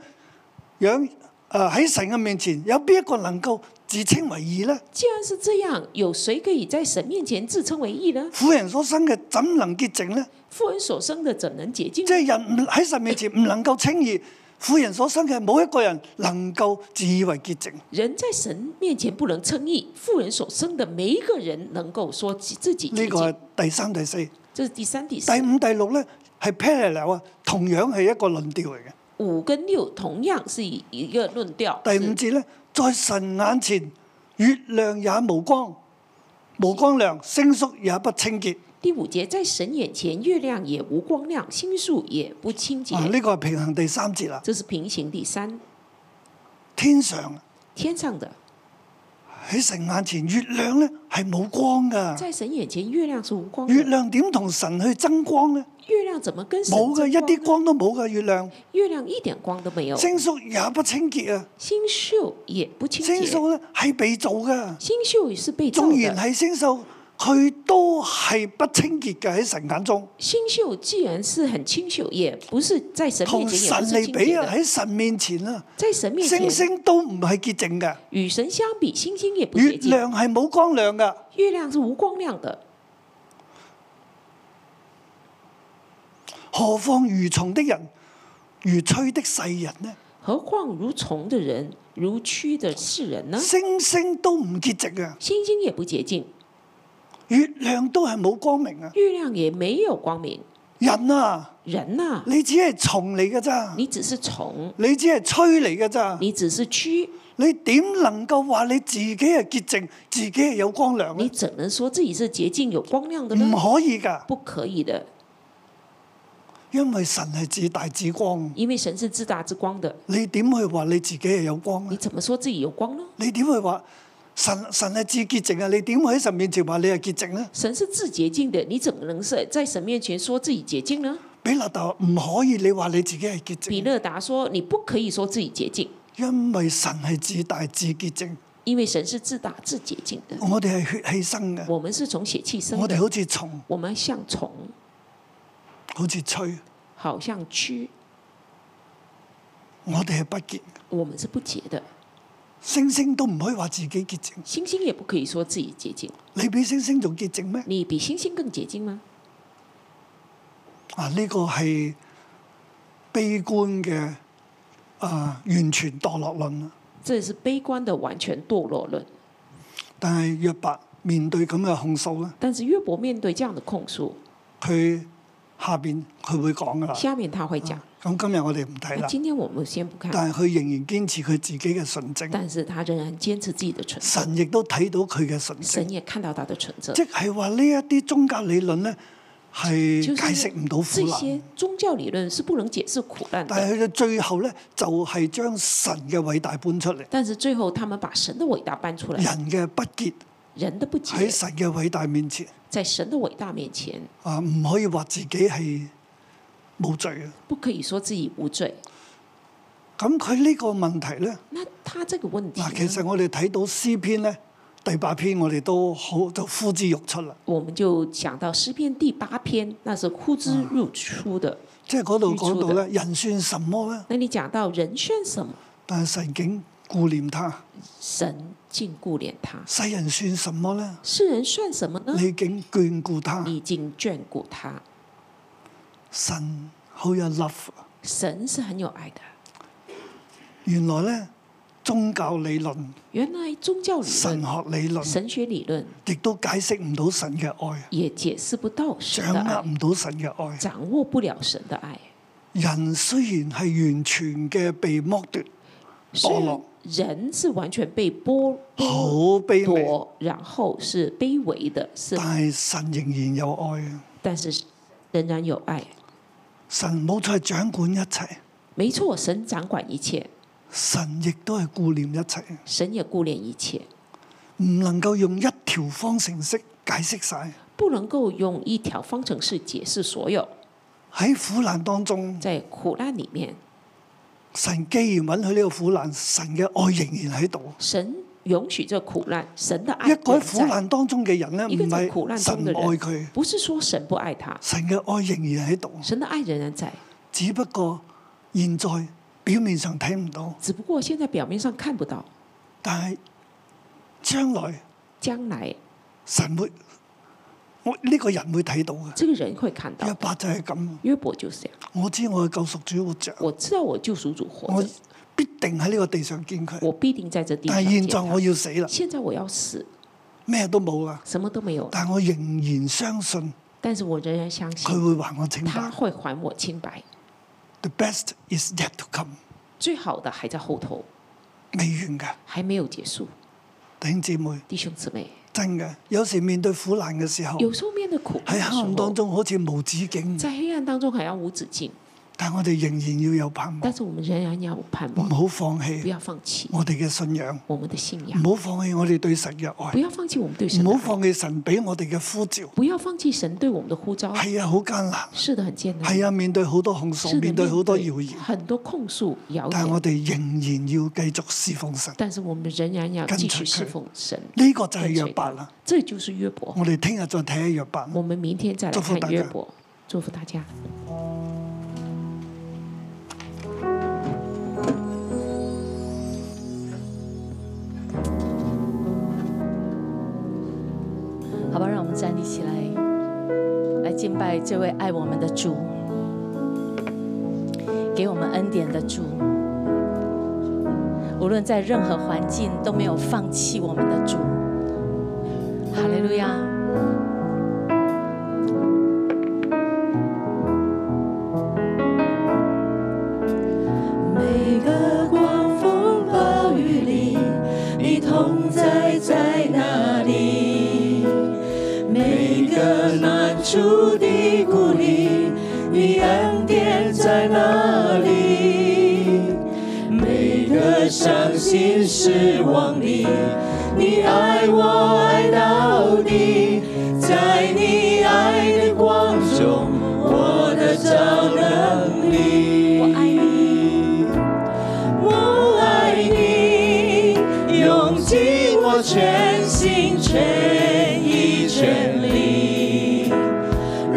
Speaker 2: 樣，誒、喺神嘅面前，有邊一個能夠自稱為義呢？
Speaker 3: 既然是这样，有谁可以在神面前自称为义呢？
Speaker 2: 婦人所生嘅怎能潔淨呢？
Speaker 3: 妇人所生的怎能洁净
Speaker 2: 即？係人唔喺神面前唔能夠稱義，婦人所生嘅冇一個人能夠自以為潔淨。
Speaker 3: 人在神面前不能称义，妇人所生的每一个人能够说自自己
Speaker 2: 呢、
Speaker 3: 洁
Speaker 2: 個
Speaker 3: 净
Speaker 2: 係。第三、第四、第
Speaker 3: 这是第三、第四、
Speaker 2: 五、第六呢，係 parallel 啊，同樣係一個論調嚟嘅。
Speaker 3: 五跟六同样是以一个论调。
Speaker 2: 第五
Speaker 3: 是
Speaker 2: 節呢，在神眼前，月亮也無光，無光亮，星宿也不清潔。
Speaker 3: 第五节，在神眼前，月亮也无光亮，星宿也不清洁。
Speaker 2: 啊，呢、個係平衡第三節啦。
Speaker 3: 这是平行第三，
Speaker 2: 天上。
Speaker 3: 天上的，
Speaker 2: 喺神眼前，月亮咧係冇光噶。
Speaker 3: 在神眼前，月亮是无光的。
Speaker 2: 月亮點同神去爭光咧？
Speaker 3: 月亮怎么跟神
Speaker 2: 冇噶，
Speaker 3: 争
Speaker 2: 一啲
Speaker 3: 呢？
Speaker 2: 光都冇噶。月亮
Speaker 3: 月亮一点光都没有，
Speaker 2: 星宿也不清潔啊！
Speaker 3: 星宿也不清洁。
Speaker 2: 星宿咧係被造噶，
Speaker 3: 星宿是被造
Speaker 2: 縱然
Speaker 3: 的，
Speaker 2: 係星宿，佢都係不清潔嘅喺神眼中。
Speaker 3: 星宿既然是很清秀，也不是在神面
Speaker 2: 同
Speaker 3: 前
Speaker 2: 神
Speaker 3: 也不是
Speaker 2: 嚟
Speaker 3: 清洁
Speaker 2: 比啊，
Speaker 3: 的，
Speaker 2: 喺神面前啊，
Speaker 3: 在神面前
Speaker 2: 星星都唔係潔淨嘅，
Speaker 3: 与神相比，星星也不
Speaker 2: 月
Speaker 3: 洁净。
Speaker 2: 亮係冇光亮噶。
Speaker 3: 月亮是无光亮的，
Speaker 2: 何況愚蟲的人、愚吹的世人呢？
Speaker 3: 何况如虫的人，如蛆的世人呢？
Speaker 2: 星星都唔潔淨啊，
Speaker 3: 星星也不洁净，
Speaker 2: 月亮都係冇光明啊！
Speaker 3: 月亮也没有光明。
Speaker 2: 人啊，
Speaker 3: 人呐、
Speaker 2: 你只係蟲嚟嘅咋，
Speaker 3: 你只是虫，
Speaker 2: 你只係吹嚟嘅咋，
Speaker 3: 你只是蛆，
Speaker 2: 你點能夠話你自己係潔淨，自己係有光亮
Speaker 3: 你
Speaker 2: 咧？嗯
Speaker 3: 怎能说自己是洁净有光亮的呢
Speaker 2: 唔？可以㗎，
Speaker 3: 不可以的，
Speaker 2: 因為神係至大至光。
Speaker 3: 因为神是自大之光的，
Speaker 2: 你點去話你自己係有光
Speaker 3: 你
Speaker 2: 咧？
Speaker 3: 怎么说自己有光呢？
Speaker 2: 你點去話神神係至潔淨啊？你點喺神面前話你係潔淨呢？
Speaker 3: 神是自洁净的，你怎么能是在神面前说自己洁净呢？
Speaker 2: 比勒達話唔可以，你話你自己係潔
Speaker 3: 比
Speaker 2: 淨，
Speaker 3: 勒达说：“你不可以说自己洁净，
Speaker 2: 因為神係至大至潔淨。
Speaker 3: 因为神是自大自洁净的。
Speaker 2: 我哋係血氣生嘅，
Speaker 3: 我们是从血气生
Speaker 2: 哦我哋
Speaker 3: 的，
Speaker 2: 好似蟲，
Speaker 3: 我们像虫，
Speaker 2: 好似蛆，
Speaker 3: 好像蛆，
Speaker 2: 我哋係不潔嘅。
Speaker 3: 我们是不洁的。
Speaker 2: 星星都唔可以話自己潔淨，
Speaker 3: 星星也不可以说自己洁净，
Speaker 2: 你比星星仲潔淨咩？
Speaker 3: 你比星星更洁净吗？
Speaker 2: 啊，呢、個係悲觀嘅啊，完全墮落論啊啦。
Speaker 3: 这是悲观的完全堕落论。
Speaker 2: 但係約伯面對咁嘅控訴咧，
Speaker 3: 但是约伯面对这样的控诉，
Speaker 2: 佢下邊佢會講噶啦。
Speaker 3: 下面他会讲。
Speaker 2: 咁今日我哋唔睇
Speaker 3: 那
Speaker 2: 啦，
Speaker 3: 今天我们先不看，
Speaker 2: 但係佢仍然堅持佢自己嘅純正，
Speaker 3: 但是他仍然坚持自己的纯正，
Speaker 2: 神亦都睇到佢嘅純正，
Speaker 3: 神也看到他的纯正
Speaker 2: 即。係話呢一啲宗教理論咧係
Speaker 3: 就是
Speaker 2: 解釋唔到
Speaker 3: 这
Speaker 2: 苦
Speaker 3: 些
Speaker 2: 難，
Speaker 3: 宗教理论是不能解释苦难
Speaker 2: 但
Speaker 3: 的，
Speaker 2: 係去到最後咧就係、將神嘅偉大搬出嚟，
Speaker 3: 但是最后他们把神的伟大搬出来，
Speaker 2: 人嘅不潔
Speaker 3: 人的不
Speaker 2: 喺
Speaker 3: 解，
Speaker 2: 神嘅偉大面前。
Speaker 3: 在神的伟大面前，
Speaker 2: 啊，唔可以話自己係冇罪嘅。
Speaker 3: 不可以说自己无罪。
Speaker 2: 咁佢呢個問題咧，
Speaker 3: 那他这个问题呢
Speaker 2: 嗱，其實我哋睇到詩篇咧第八篇，我哋都好就呼之欲出啦。
Speaker 3: 我们就想到诗篇第八篇，那是呼之欲出的。
Speaker 2: 即係嗰度講到
Speaker 3: 欲出
Speaker 2: 咧，人算什麼咧？
Speaker 3: 那你讲到人算什么，
Speaker 2: 但係神竟顧念他。
Speaker 3: 神竟顾怜他；
Speaker 2: 世人算什麼咧？
Speaker 3: 世人算什么呢？
Speaker 2: 你竟眷顧他。
Speaker 3: 你竟眷顾他。
Speaker 2: 神好有 love。
Speaker 3: 神是很有爱的。
Speaker 2: 原來咧，宗教理論、
Speaker 3: 原来宗教理
Speaker 2: 神啊
Speaker 3: 论、
Speaker 2: 學理論，
Speaker 3: 神学理论
Speaker 2: 亦都解釋唔到神嘅愛，
Speaker 3: 也解释不到神
Speaker 2: 掌
Speaker 3: 的
Speaker 2: 握
Speaker 3: 爱，
Speaker 2: 唔到神嘅愛。
Speaker 3: 掌握不了神的爱。
Speaker 2: 人雖然係完全嘅被剝奪。
Speaker 3: 虽
Speaker 2: 堕
Speaker 3: 然
Speaker 2: 落
Speaker 3: 人是完全被剥
Speaker 2: 好
Speaker 3: 剥
Speaker 2: 卑微，
Speaker 3: 夺，然后是卑微的，是
Speaker 2: 但係神仍然有愛啊！
Speaker 3: 但是仍然有爱。
Speaker 2: 神冇錯係掌管一切，
Speaker 3: 没错，神掌管一切，
Speaker 2: 神亦都係顧念一切，
Speaker 3: 神也顾念一切，
Speaker 2: 唔能夠用一條方程式解釋晒。
Speaker 3: 不能够用一条方程式解释所有。
Speaker 2: 喺苦難當中，
Speaker 3: 在苦难里面，
Speaker 2: 神既然允許呢個苦難，神嘅愛仍然喺度。
Speaker 3: 神允许这苦难，神的
Speaker 2: 一
Speaker 3: 爱
Speaker 2: 個
Speaker 3: 存
Speaker 2: 喺苦
Speaker 3: 在，
Speaker 2: 難當中嘅人呢，
Speaker 3: 一個
Speaker 2: 唔
Speaker 3: 在苦難
Speaker 2: 係神
Speaker 3: 中
Speaker 2: 唔
Speaker 3: 嘅人
Speaker 2: 愛佢，
Speaker 3: 不是说神不爱他，
Speaker 2: 神嘅愛仍然喺度，
Speaker 3: 神的爱仍然在，
Speaker 2: 只不過現在表面上睇唔到，
Speaker 3: 只不过现在表面上看不到，
Speaker 2: 但係將來
Speaker 3: 将来
Speaker 2: 神會，我呢、個人會睇到嘅。
Speaker 3: 这个人会看到
Speaker 2: 約。伯就係咁，
Speaker 3: 约伯就是这样，
Speaker 2: 我知我嘅救贖主活着，
Speaker 3: 我知道我救赎主活
Speaker 2: 我
Speaker 3: 着，
Speaker 2: 必定喺呢個地上見佢。
Speaker 3: 我必定在这地上
Speaker 2: 但係
Speaker 3: 见
Speaker 2: 現在
Speaker 3: 他。
Speaker 2: 我要死啦，
Speaker 3: 现在我要死，
Speaker 2: 咩都冇啦，
Speaker 3: 什么都没有了，
Speaker 2: 但我仍然相信
Speaker 3: 但是我仍然相
Speaker 2: 佢
Speaker 3: 信
Speaker 2: 會還我清
Speaker 3: 他
Speaker 2: 白。
Speaker 3: 会还我清白。
Speaker 2: The best is yet to come，
Speaker 3: 最好的还在后头，
Speaker 2: 未完嘅，
Speaker 3: 还没有结束。
Speaker 2: 弟兄姊妹，
Speaker 3: 弟兄姊妹，
Speaker 2: 真嘅。有時面對苦難嘅時候，
Speaker 3: 有
Speaker 2: 喺
Speaker 3: 时候面对苦难
Speaker 2: 黑
Speaker 3: 的时
Speaker 2: 暗當
Speaker 3: 候，
Speaker 2: 哦中好似無止境，
Speaker 3: 在黑暗当中还要无止境，
Speaker 2: 但我哋仍然要有盼望，
Speaker 3: 但是我们仍然要有盼
Speaker 2: 唔，
Speaker 3: 望
Speaker 2: 好放
Speaker 3: 不
Speaker 2: 棄
Speaker 3: 要放弃
Speaker 2: 我哋嘅信仰，
Speaker 3: 我们的信仰，
Speaker 2: 唔好放棄我哋對神嘅
Speaker 3: 不
Speaker 2: 愛，
Speaker 3: 要放弃我们对神的
Speaker 2: 唔好
Speaker 3: 爱，
Speaker 2: 放棄神俾我哋嘅呼召。
Speaker 3: 不要放弃神对我们的呼召。
Speaker 2: 係啊，好艱難。
Speaker 3: 是的，很艰难，
Speaker 2: 係啊，面對好多控
Speaker 3: 是
Speaker 2: 訴，
Speaker 3: 的，
Speaker 2: 面對好多謠言，
Speaker 3: 很多控诉、谣
Speaker 2: 但係我
Speaker 3: 言，
Speaker 2: 哋仍然要繼續侍奉神。
Speaker 3: 但是我们仍然要
Speaker 2: 跟
Speaker 3: 继
Speaker 2: 随
Speaker 3: 续侍
Speaker 2: 佢
Speaker 3: 奉神。
Speaker 2: 呢、個就係
Speaker 3: 跟
Speaker 2: 約
Speaker 3: 随
Speaker 2: 伯啦。
Speaker 3: 他这就是约伯。
Speaker 2: 我哋聽日再睇下約伯啦。
Speaker 3: 我们明天再来
Speaker 2: 祝福大
Speaker 3: 看
Speaker 2: 家
Speaker 3: 约伯，祝福大家。
Speaker 4: 好吧，让我们站立起来，来敬拜这位爱我们的主，给我们恩典的主。无论在任何环境都没有放弃我们的主。哈利路亚！
Speaker 5: 每个狂风暴雨里，你同在在哪里？每个难处的鼓励，你恩典心事往里，你爱我爱到底，在你爱的光中，我的超能力。
Speaker 4: 我爱
Speaker 5: 你，我爱你，用尽我全心全意全力。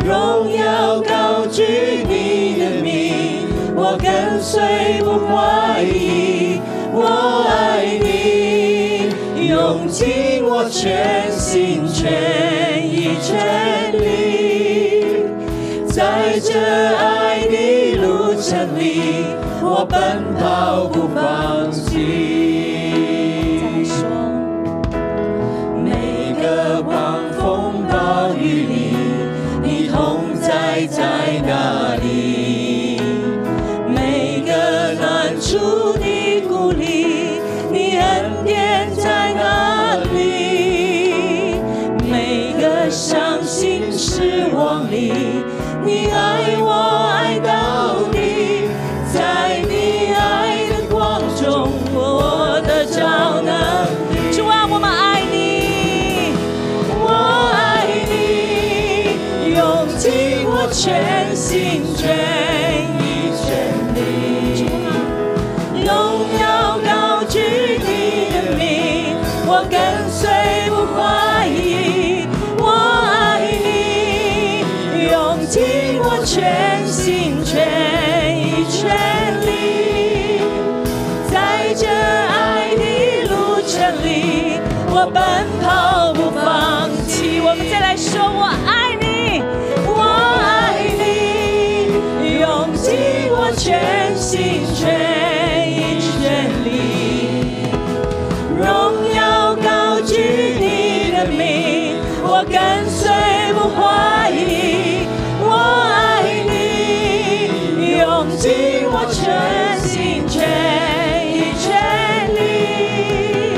Speaker 5: 荣耀高举你的名，我跟随不怀疑，我爱你，用尽我全心全意全力，在这爱的路程里，我奔跑不放弃。
Speaker 4: 再来说，
Speaker 5: 每个狂风暴雨里，你同在在哪里？每个难处的鼓励，你恩典在哪里？每个伤心失望里，你爱我爱到底，在你爱的光中，我的超能力。
Speaker 4: 主啊，我们爱你，
Speaker 5: 我爱你，用尽我全心全意全力，荣耀高举你的名，我跟随不怀疑。我爱你，用尽我全心全意全力。在这爱的路程里，我奔跑不放弃。我们再来说，我爱你，我爱你，用尽我全心全意全力，荣耀高举你的名，我跟随不怀疑。我爱你，用尽我全心全意全力，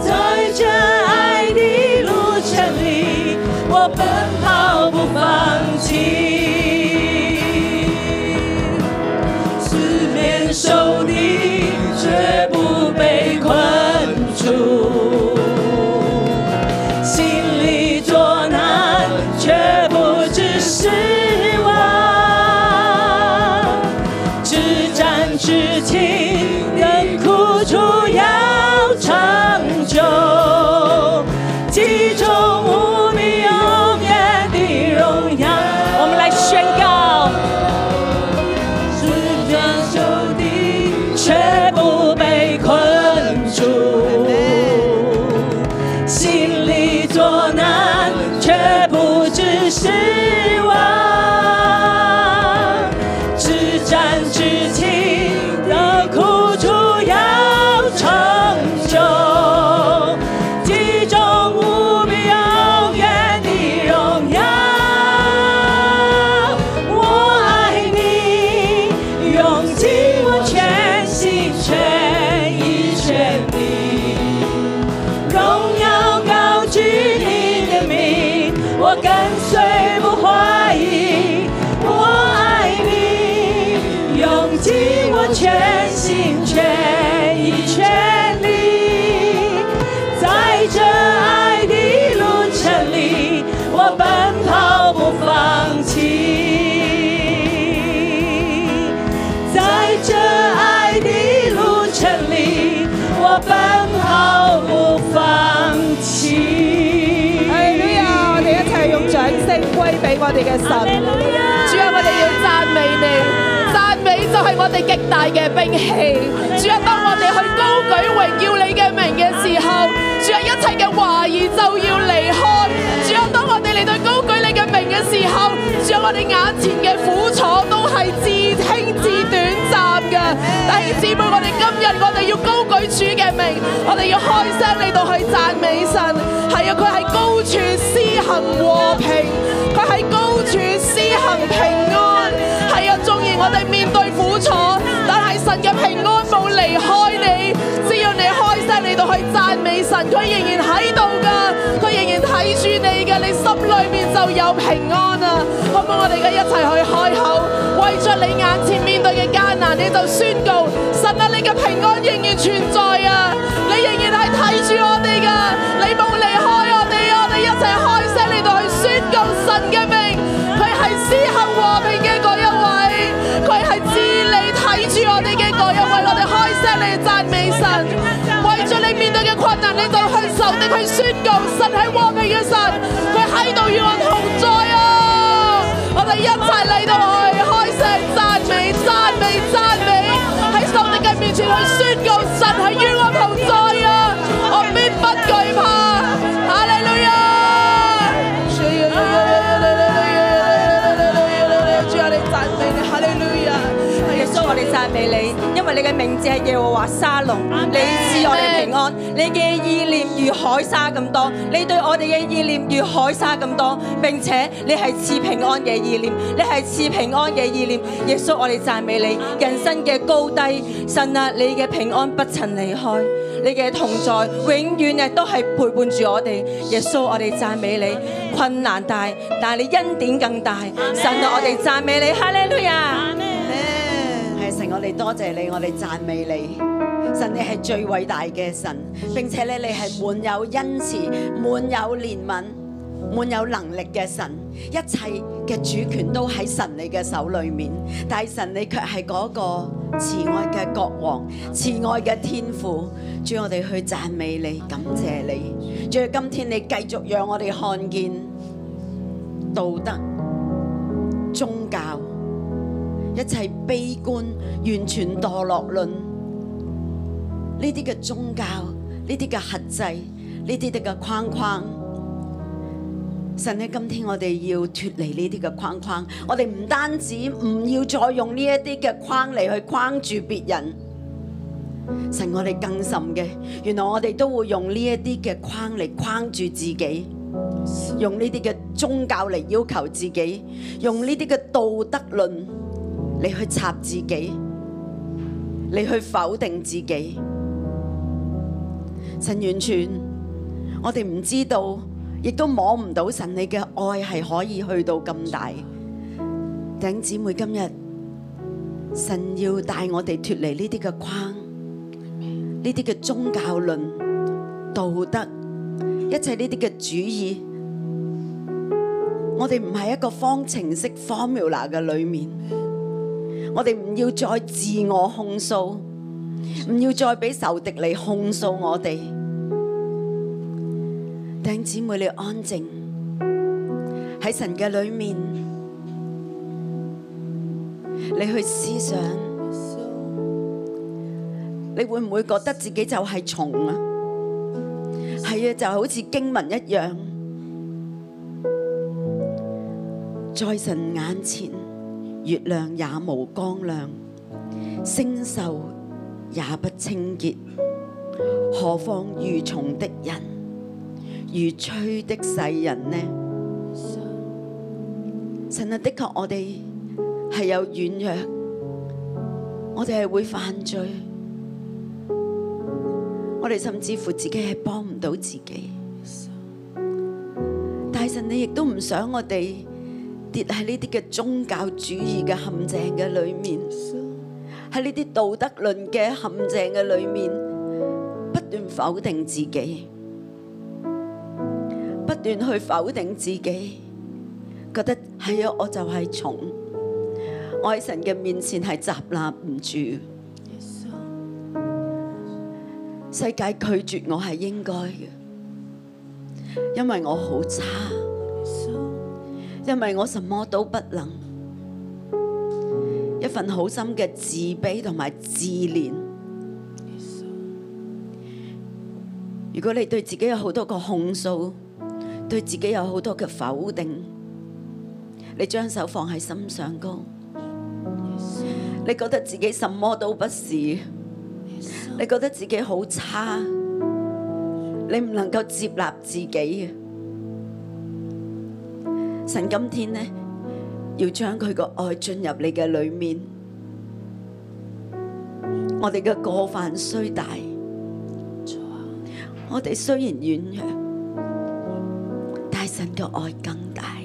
Speaker 5: 在这爱的路程里，我奔跑不放弃。四面受敌，绝不被困住。心里作难，却不知失望。至战至情，跟苦楚要长久。其中无比永远的荣耀。我们来宣告。是坚守的，却不被困住；心里作难，却不知失望。至战至情的苦楚要长久，其中无比永远的荣耀。我爱你，用尽我全心全意全力，荣耀高举你的名，我跟随不怀疑。我爱你，用尽我全心全意全力，在这爱的路程里，我奔跑不放弃。在这爱的路程里，我奔跑不放弃。
Speaker 6: 系女啊！我哋一齊用掌聲歸俾我哋嘅神。主啊，我哋要讚美你，讚美就係我哋極大嘅兵器。主啊，當我哋去高舉榮耀你嘅名嘅時候，主啊，一切嘅懷疑就要離開。主啊，當我哋嚟到高舉你嘅名嘅時候，主啊，我哋眼前嘅苦楚都係至輕至短暫嘅。弟兄姊妹，我哋今日我哋要高舉主嘅名，我哋要開聲嚟到去讚美神。係啊，佢係高處施行和平，佢喺高處施行平安。係啊，縱然我哋面對苦楚，但係神嘅平安冇離開你。只要你開聲嚟到去讚美神，佢仍然喺度㗎，佢仍然喺
Speaker 5: 睇住你嘅，你心裏面就有平安啊！好唔好？我哋而家一齊去開口，為着你眼前面對嘅艱難，你就宣告：神啊，你嘅平安仍然存在啊！你仍然係睇住我哋噶，你冇離開我哋啊！我哋一齊開聲嚟到去宣告神嘅名，佢係施行和平嘅嗰一位，佢係治理睇住我哋嘅嗰一位，我哋開聲嚟讚美神。为咗你面對嘅困難，你就去受定去宣告，神係和平嘅神，佢喺度與我同在啊！我哋一齊嚟到去開聲讚美、讚美、讚美，喺仇敵嘅面前去宣告，神係與我同在啊！我必不懼怕，哈利路亞！主啊，你讚美你，哈利路亞！
Speaker 7: 耶穌，我哋讚美你，因為你嘅名字係耶和華沙龍，你賜我哋平安，你嘅意念如海沙咁多，你對我哋嘅意念如海沙咁多，並且你係賜平安嘅意念，你係賜平安嘅意念。耶穌，我哋讚美你，人生嘅高低，神啊，你嘅平安不曾離開，你嘅同在永遠亦都係陪伴住我哋。耶穌，我哋讚美你，困難大，但係你恩典更大。神啊，我哋讚美你，哈利路亞。
Speaker 8: 系神，我哋多謝你，我哋讚美你。神，你係最偉大嘅神，並且咧，你係滿有恩慈、滿有憐憫、滿有能力嘅神。一切嘅主權都喺神你嘅手裏面，但係神你卻係嗰個慈愛嘅國王、慈愛嘅天父。主，我哋去讚美你，感謝你。主，今天你繼續讓我哋看見道德、宗教。一切悲觀、完全墮落論，呢啲嘅宗教、呢啲嘅核制、呢啲嘅框框。神咧，今天我哋要脱離呢啲嘅框框，我哋唔單止唔要再用呢一啲嘅框嚟去框住別人。神，我哋更甚嘅，原來我哋都會用呢一啲嘅框嚟框住自己。用呢啲嘅宗教嚟要求自己，用呢啲嘅道德論嚟去插自己，嚟去否定自己。神完全，我哋唔知道，亦都摸唔到神你嘅愛係可以去到咁大。弟兄姊妹，今日神要帶我哋脱離呢啲嘅框，呢啲嘅宗教論、道德。一切呢啲嘅主意，我哋唔係一個方程式 formula 嘅裏面，我哋唔要再自我控訴，唔要再俾仇敵嚟控訴我哋。弟兄姊妹，你安靜喺神嘅裏面，你去思想，你會唔會覺得自己就係蟲啊？係啊，就好似經文一樣，在神眼前，月亮也無光亮，星宿也不清潔，何況愚蟲的人、愚吹的世人呢？神啊，的確我哋係有軟弱，我哋係會犯罪。我哋甚至乎自己係幫唔到自己。大神，你亦都唔想我哋跌喺呢啲嘅宗教主義嘅陷阱嘅裏面，喺呢啲道德論嘅陷阱嘅裏面，不斷否定自己，不斷去否定自己，覺得係啊，我就係蟲，我喺神嘅面前係站立唔住。世界拒絕我係應該嘅，因為我好差，因為我什麼都不能，一份好深嘅自卑同埋自憐。如果你對自己有好多個控訴，對自己有好多嘅否定，你將手放喺心上高，你覺得自己什麼都不是。你覺得自己好差，你唔能夠接納自己嘅。神今天呢，要將佢個愛進入你嘅裏面。我哋嘅過犯雖大，我哋雖然軟弱，神嘅愛更大。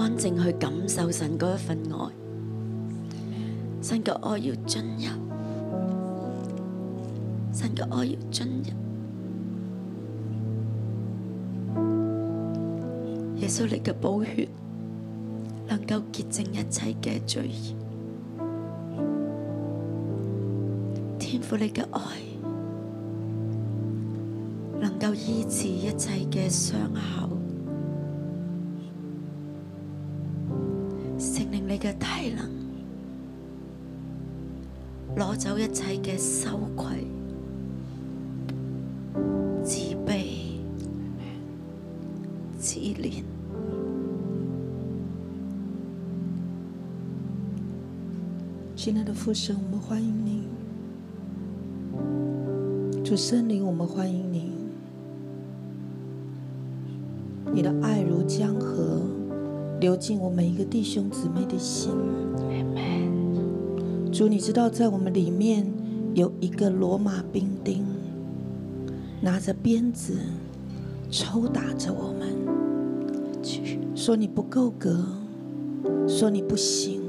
Speaker 8: 安靜去感受神嗰一份愛，神嘅愛要進入，神嘅愛要進入。耶穌你嘅寶血能夠潔淨一切嘅罪孽，天父你嘅愛。能夠醫治一切嘅傷口。聖靈你嘅體能，攞走一切嘅羞愧、自卑、自憐。
Speaker 7: 亲爱的父神，我们欢迎您；主圣灵，我们欢迎您。你的爱如江河，流进我每一个弟兄姊妹的心。主，你知道在我们里面有一个罗马兵丁，拿着鞭子抽打着我们，说你不够格，说你不行。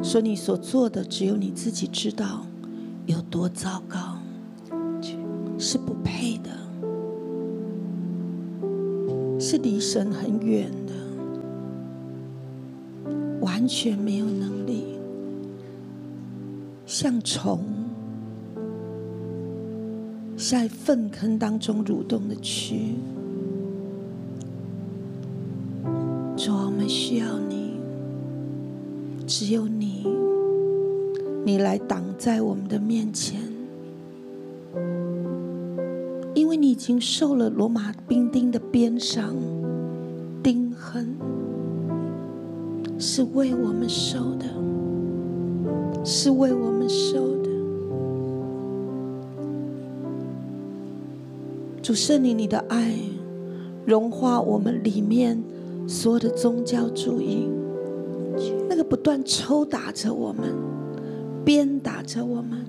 Speaker 7: 说你所做的只有你自己知道有多糟糕，是不配的，是离神很远的，完全没有能力，像虫在粪坑当中蠕动的蛆。主啊，我们需要你。只有你，你来挡在我们的面前，因为你已经受了罗马兵丁的鞭伤、钉痕，是为我们受的，是为我们受的。主圣灵，你的爱融化我们里面所有的宗教主义。那个不断抽打着我们、鞭打着我们，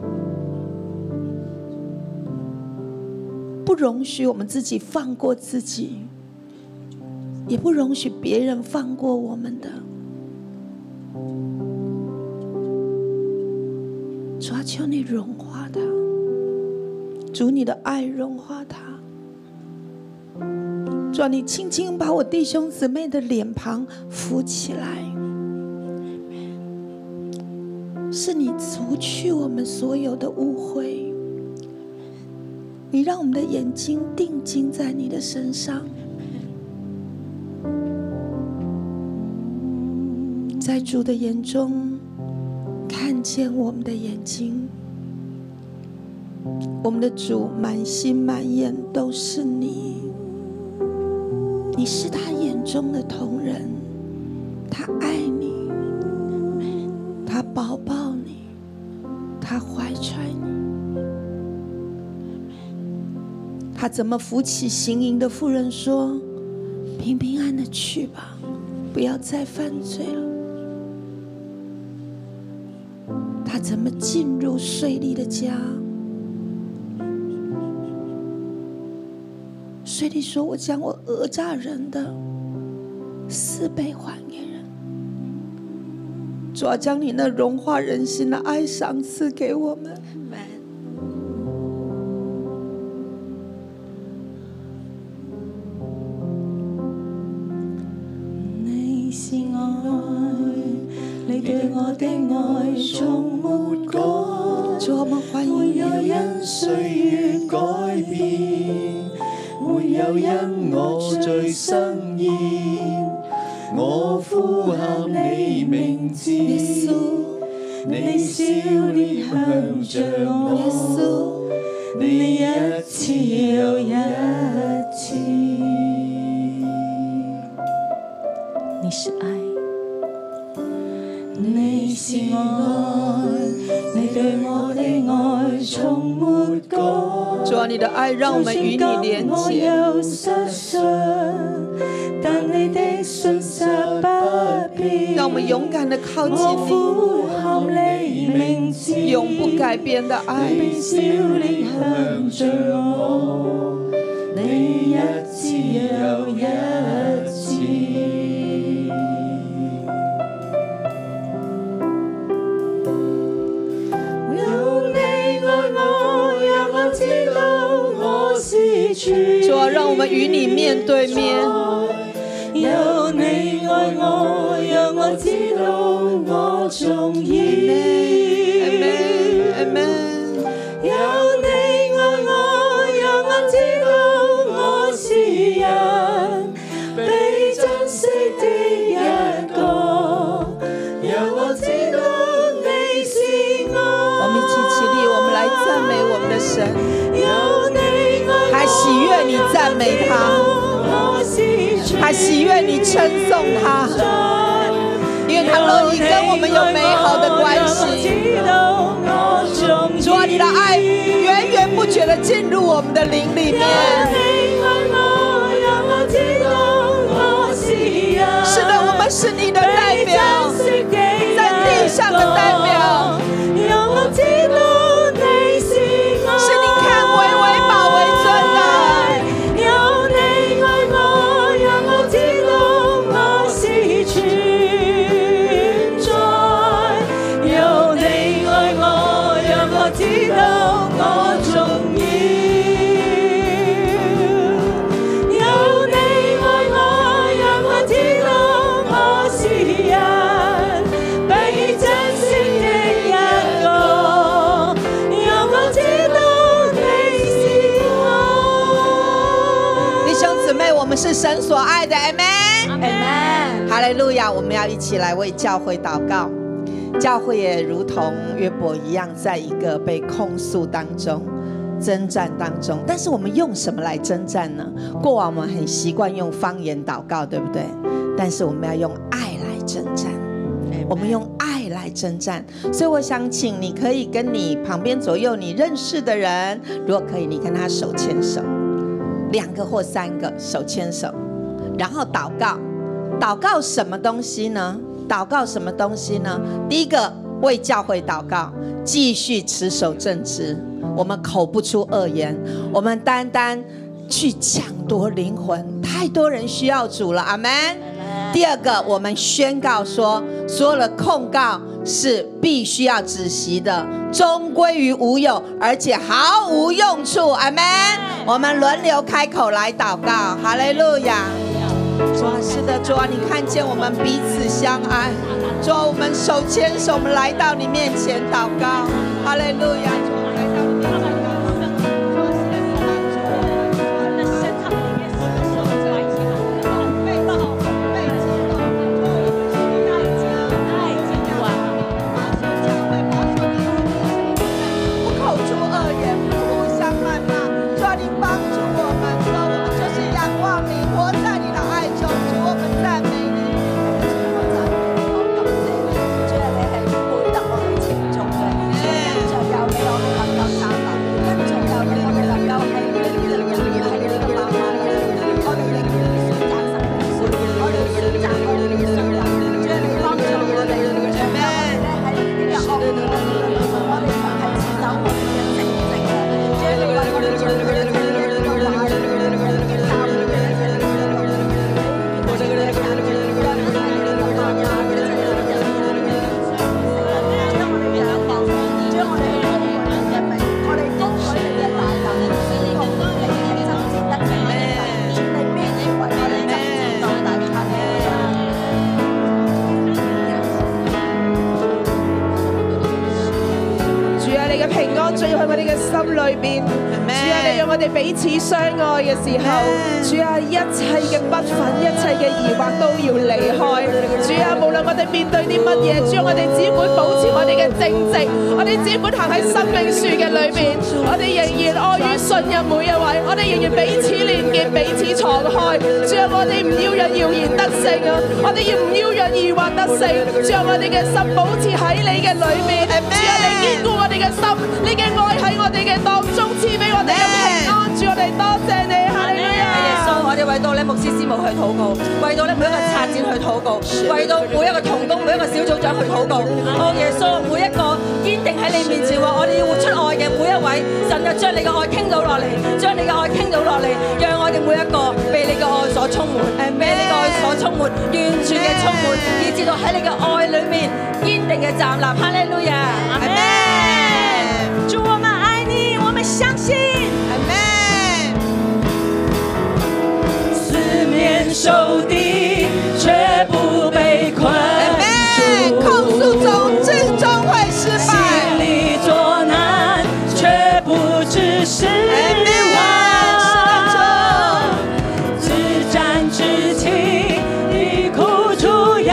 Speaker 7: 不容许我们自己放过自己，也不容许别人放过我们的。主啊，求你融化它，主啊你的爱融化它。主啊，你轻轻把我弟兄姊妹的脸庞扶起来。是你除去我们所有的误会，你让我们的眼睛定睛在你的身上，在主的眼中看见我们的眼睛，我们的主满心满眼都是你，你是他眼中的同人，他爱你。他抱抱你，他怀揣你，他怎么扶起行淫的妇人说：“平平安的去吧，不要再犯罪了。”他怎么进入税吏的家？税吏说：“我将我讹诈人的四倍还给人。”主要啊将你那融化人心的哀赏赐给我们。
Speaker 5: 你是愛，你對我的愛從沒改，
Speaker 7: 主，我们欢
Speaker 5: 沒
Speaker 7: 迎
Speaker 5: 有
Speaker 7: 你，
Speaker 5: 因歲月改變，沒有因我罪生厭。我呼喊你名字，你笑臉向着我，你一次又一次。
Speaker 4: 你是爱，
Speaker 5: 你是愛，你對我的愛從沒改。
Speaker 7: 主啊，你的爱让我们与你
Speaker 5: 就算今
Speaker 7: 连
Speaker 5: 我
Speaker 7: 接。
Speaker 5: 又失信，但你的信实不变。
Speaker 7: 让我们勇敢的靠近
Speaker 5: 我
Speaker 7: 你，
Speaker 5: 呼喊你名字，
Speaker 7: 永不改变的爱。
Speaker 5: 你笑脸向着我，你一次又一次。有你愛我，讓我知道我是全。
Speaker 7: 主啊，让我们与你面对面。
Speaker 5: 有你愛我，讓我知道我重要。
Speaker 7: Amen，Amen。
Speaker 5: 有你愛我，讓我知道我是人，被珍惜的一個。讓我知道你是
Speaker 7: 我
Speaker 5: 我。
Speaker 7: 们一起起立，我们来赞美我们的神，
Speaker 5: 有你愛我，
Speaker 7: 还喜悦你赞美他，
Speaker 5: 我是全
Speaker 7: 还喜悦你称颂他，因为他乐意跟我们有美好的关系。主啊，你的爱源源不绝的进入我们的灵里面。是的，我们是你的代表，在地上的代表。是你看为为宝为尊的。弟兄姊妹，我们是神所爱的，Amen。Amen。哈利路亚！我们要一起来为教会祷告。教会也如同约伯一样，在一个被控诉当中、征战当中。但是我们用什么来征战呢？过往我们很习惯用方言祷告，对不对？但是我们要用爱来征战。我们用爱来征战。所以我想请你可以跟你旁边左右你认识的人，如果可以，你跟他手牵手。两个或三个手牵手，然后祷告。祷告什么东西呢？祷告什么东西呢？第一个为教会祷告，继续持守正直。我们口不出恶言，我们单单去抢夺灵魂。太多人需要主了，阿门。第二个，我们宣告说，所有的控告是必须要止息的，终归于无有，而且毫无用处。阿门。我们轮流开口来祷告，哈利路亚。主啊，是的，主啊，你看见我们彼此相爱。主啊，我们手牵手，我们来到你面前祷告，哈利路亚。主啊来到你面前祷告主啊是的你看见我们不口出恶言，不互相谩骂。主啊，你帮助我们，主啊，我们就是仰望你，活在你的爱中，主，我们赞美你。
Speaker 6: 主啊，你嘅平安進入去我哋嘅心裏边。主啊，你讓我哋彼此相愛嘅時候，主啊，一切嘅不忿、一切嘅疑惑都要離開。主啊，無論我哋面對啲乜嘢，主啊，我哋只管保持我哋嘅正直，我哋只管行喺生命樹嘅裏边，我哋仍然愛與信任每一位，我哋仍然彼此連結、彼此敞開。主啊，我哋唔要讓謠言得勝啊，我哋要唔要讓疑惑得勝？主啊，我哋嘅心保持喺你嘅裏面，主啊，你堅固我哋嘅心，你嘅愛喺我哋嘅當中，賜俾我哋嘅平安。主，我哋多謝你，哈利路亞。
Speaker 9: 我哋為到你咧牧師師母去禱告，為到咧每一個策展去禱告，為到每一個童工、每一個小組長去禱告。哦，耶穌，每一個堅定喺你面前話我哋要活出愛嘅每一位，神就將你嘅愛傾倒落嚟，將你嘅愛傾倒落嚟，讓我哋每一個被你嘅愛所充滿，誒，被你嘅愛所充滿，完全嘅充滿，以至到喺你嘅愛裏面堅定嘅站立。哈利路亞，阿門。
Speaker 5: 主，我们爱你，我们相信。四面受敌，却不被困住。控诉中，最终会失败。心里作难，却不只是我。自战自清，你苦楚要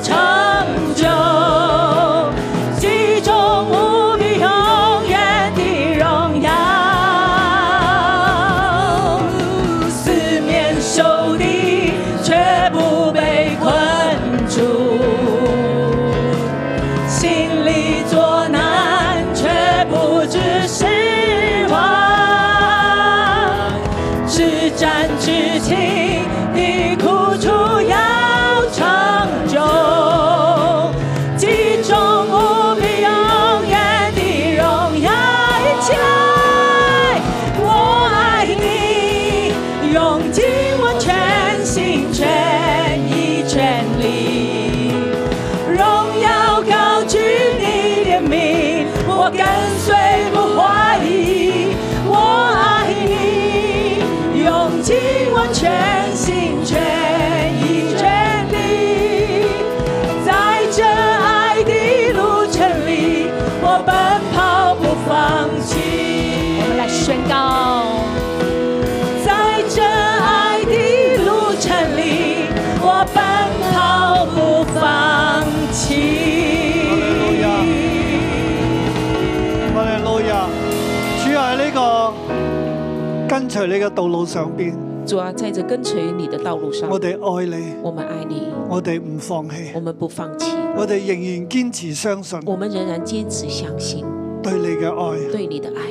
Speaker 5: 成就，其中无比永远的荣耀。四面受敌，却不被困住；心里作难，却不知失望。至战至情的苦楚要长久，其中无比永远的荣耀。一起来，我爱你，用尽我全心全意全力，荣耀高举你的名，我跟随不怀疑，我爱你，用尽我全心全意全力，在这爱的路程里，我奔跑不放弃。我们来宣告。在这爱的路程里，我奔跑不放弃。
Speaker 2: 我哋路人，主喺呢個跟隨你嘅道路上邊，
Speaker 3: 主啊，在这跟随你的道路上，
Speaker 2: 我哋愛你，
Speaker 3: 我们爱你，
Speaker 2: 我哋唔放棄，
Speaker 3: 我们不放弃，
Speaker 2: 我哋仍然堅持相信
Speaker 3: 我们仍然坚持相信
Speaker 2: 對你嘅愛。
Speaker 3: 对你的爱。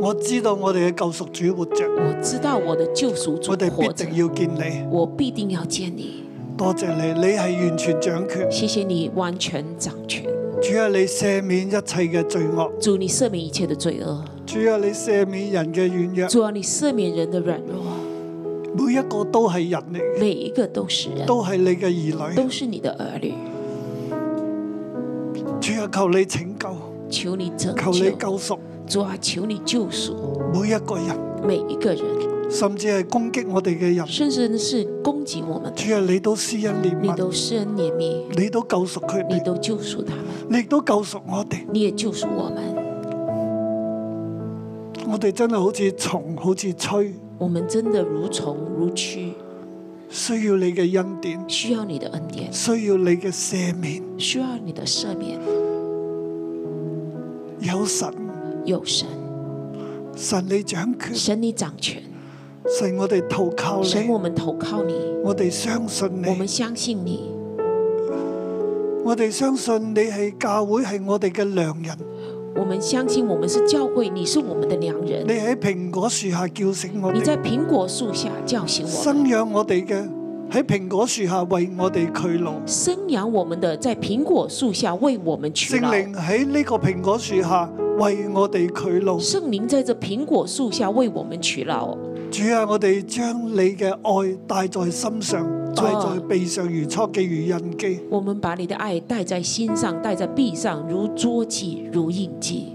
Speaker 2: 我知道我哋嘅救贖主活着，
Speaker 3: 我知道我的救赎主
Speaker 2: 我哋
Speaker 3: 活
Speaker 2: 必
Speaker 3: 着
Speaker 2: 定，要見你。
Speaker 3: 我必定要见你。
Speaker 2: 多謝你，你係完全掌權。
Speaker 3: 谢谢你完全掌权，
Speaker 2: 主啊，你赦免一切嘅罪惡，
Speaker 3: 主你赦免一切的罪恶，
Speaker 2: 主啊，你赦免人嘅軟弱，
Speaker 3: 主啊你赦免人的软弱，
Speaker 2: 每一個都係人嚟嘅，
Speaker 3: 每一个都是人，
Speaker 2: 都係你嘅兒女。
Speaker 3: 都是你的儿女。
Speaker 2: 主啊，求你拯救，
Speaker 3: 求你拯
Speaker 2: 求你
Speaker 3: 救，
Speaker 2: 救贖
Speaker 3: 主啊求你救赎
Speaker 2: 每一個人，
Speaker 3: 每一个人，
Speaker 2: 甚至係攻擊我哋嘅人。
Speaker 3: 甚至是攻击我们的，
Speaker 2: 主啊，你都施恩憐
Speaker 3: 你
Speaker 2: 憫，
Speaker 3: 都施恩怜悯，
Speaker 2: 你都救贖佢
Speaker 3: 你
Speaker 2: 哋，
Speaker 3: 都救赎他们，
Speaker 2: 你亦都救贖我哋。
Speaker 3: 你也救赎我们。
Speaker 2: 我哋真係好似蟲，好似吹，
Speaker 3: 我们真的如虫如蛆，
Speaker 2: 需要你嘅恩典，
Speaker 3: 需要你的恩典，
Speaker 2: 需要你嘅赦免。
Speaker 3: 需要你的赦免。
Speaker 2: 有神，
Speaker 3: 有神，
Speaker 2: 神你掌權，
Speaker 3: 神你掌权，
Speaker 2: 神我哋投靠
Speaker 3: 神我
Speaker 2: 你，
Speaker 3: 们投靠你，
Speaker 2: 我哋相信
Speaker 3: 我们
Speaker 2: 你，
Speaker 3: 相信你。
Speaker 2: 我哋相信你係教會，係我哋嘅良人。
Speaker 3: 我们相信我们是教会，你是我们的良人
Speaker 2: 你。喺蘋果樹下叫醒我
Speaker 3: 你
Speaker 2: 哋，
Speaker 3: 在苹果树下叫醒我
Speaker 2: 生
Speaker 3: 们，
Speaker 2: 養我哋嘅喺蘋果樹下為我哋驅路。
Speaker 3: 生养我们的在蘋果樹下為我們取
Speaker 2: 聖
Speaker 3: 劳。
Speaker 2: 靈喺呢個蘋果樹下為我哋驅路。
Speaker 3: 聖靈在這蘋果樹下為我們取劳。
Speaker 2: 主啊，我哋將你嘅愛帶在心上，
Speaker 3: 主
Speaker 2: 帶
Speaker 3: 啊
Speaker 2: 在臂上，如戳記如印記。
Speaker 3: 我們把你的愛帶在心上，帶在臂上，如捉記，如印記。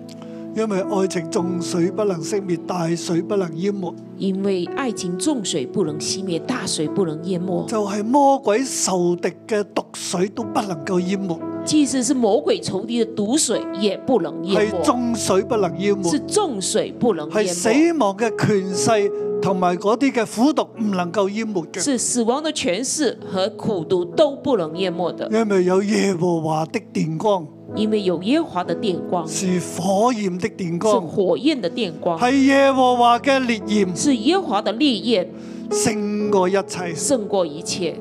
Speaker 2: 因為愛情眾水不能熄滅，大水不能淹沒，
Speaker 3: 因為愛情重水不能熄滅，大水不能淹沒。
Speaker 2: 就係魔鬼仇敵嘅毒水都不能夠淹沒，
Speaker 3: 即使是魔鬼仇敵的毒水，也不能淹
Speaker 2: 係
Speaker 3: 沒。
Speaker 2: 眾水不能淹沒
Speaker 3: 是，重水不能
Speaker 2: 係
Speaker 3: 淹
Speaker 2: 死
Speaker 3: 沒，
Speaker 2: 亡嘅權勢同埋嗰啲嘅苦毒唔能夠淹沒嘅，
Speaker 3: 是死亡的權勢和苦毒都不能淹沒的。
Speaker 2: 因為有耶和華的電光，
Speaker 3: 因为有耶和华的电光，是
Speaker 2: 是火焰的電光，
Speaker 3: 火焰的电光，
Speaker 2: 係耶和華嘅烈焰
Speaker 3: 是耶和华的烈焰
Speaker 2: 勝過一切。
Speaker 3: 胜过一切。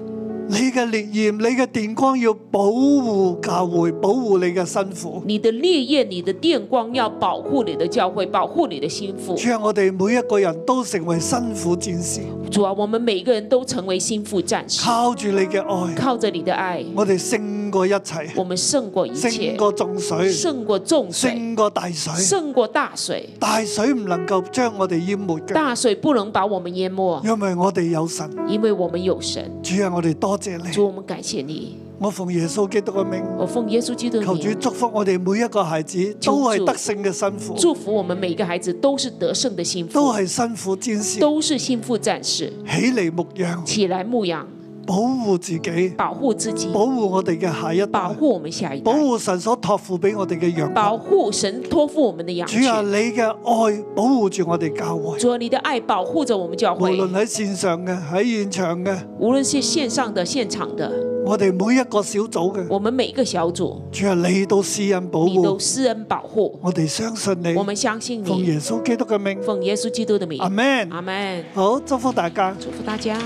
Speaker 2: 你嘅烈焰、你嘅電光要保護教會，保護你嘅辛苦。
Speaker 3: 你的烈焰、你的电光要保护你的教会，保护你的心腹。
Speaker 2: 主啊，我哋每一個人都成為辛苦戰士，
Speaker 3: 主啊，我们每一个人都成为心腹战士，
Speaker 2: 靠住你嘅愛，
Speaker 3: 靠着你的爱，
Speaker 2: 我哋勝過一切，
Speaker 3: 我们胜过一
Speaker 2: 勝
Speaker 3: 切，
Speaker 2: 過眾水，
Speaker 3: 胜过重水，
Speaker 2: 勝過大水。
Speaker 3: 胜过大水。
Speaker 2: 大水唔能夠將我哋淹沒嘅，
Speaker 3: 大水不能把我们淹没，
Speaker 2: 因為我哋有神。
Speaker 3: 因为我们有神。
Speaker 2: 主啊，我哋多謝你。
Speaker 3: 主，我们感谢你。
Speaker 2: 我奉耶穌基督嘅名，
Speaker 3: 我奉耶稣基督的
Speaker 2: 求主
Speaker 3: 名，
Speaker 2: 祝福我哋每一個孩子，
Speaker 3: 求
Speaker 2: 都係
Speaker 3: 主
Speaker 2: 得勝嘅辛苦，
Speaker 3: 祝福我们每一个孩子都是得胜的心
Speaker 2: 都
Speaker 3: 腹，
Speaker 2: 係辛苦戰士，
Speaker 3: 都是心腹战士，
Speaker 2: 起嚟牧羊，
Speaker 3: 起来牧羊，
Speaker 2: 保護自己。
Speaker 3: 保护自己，
Speaker 2: 保護我哋嘅下一代
Speaker 3: 保，护我们下一代
Speaker 2: 保，護神所托付俾我哋嘅羊
Speaker 3: 保
Speaker 2: 群。
Speaker 3: 护神托付我们的羊群
Speaker 2: 主。啊，你嘅愛保護住我哋教會，
Speaker 3: 主啊，你的爱保护着我们教
Speaker 2: 無
Speaker 3: 会，
Speaker 2: 論喺線上嘅、喺現場嘅，
Speaker 3: 无论是线上的、现场的，
Speaker 2: 我哋每一個小組嘅，
Speaker 3: 我们每一个小组，
Speaker 2: 主啊，你都施恩保
Speaker 3: 你
Speaker 2: 護。
Speaker 3: 都施恩保护。
Speaker 2: 我哋相信你
Speaker 3: 我，们相信
Speaker 2: 奉
Speaker 3: 你，
Speaker 2: 耶穌基督嘅名，
Speaker 3: 奉耶稣基督的名，
Speaker 2: 阿 Man，
Speaker 3: 阿门。
Speaker 2: 好，祝福大家。
Speaker 3: 祝福大家。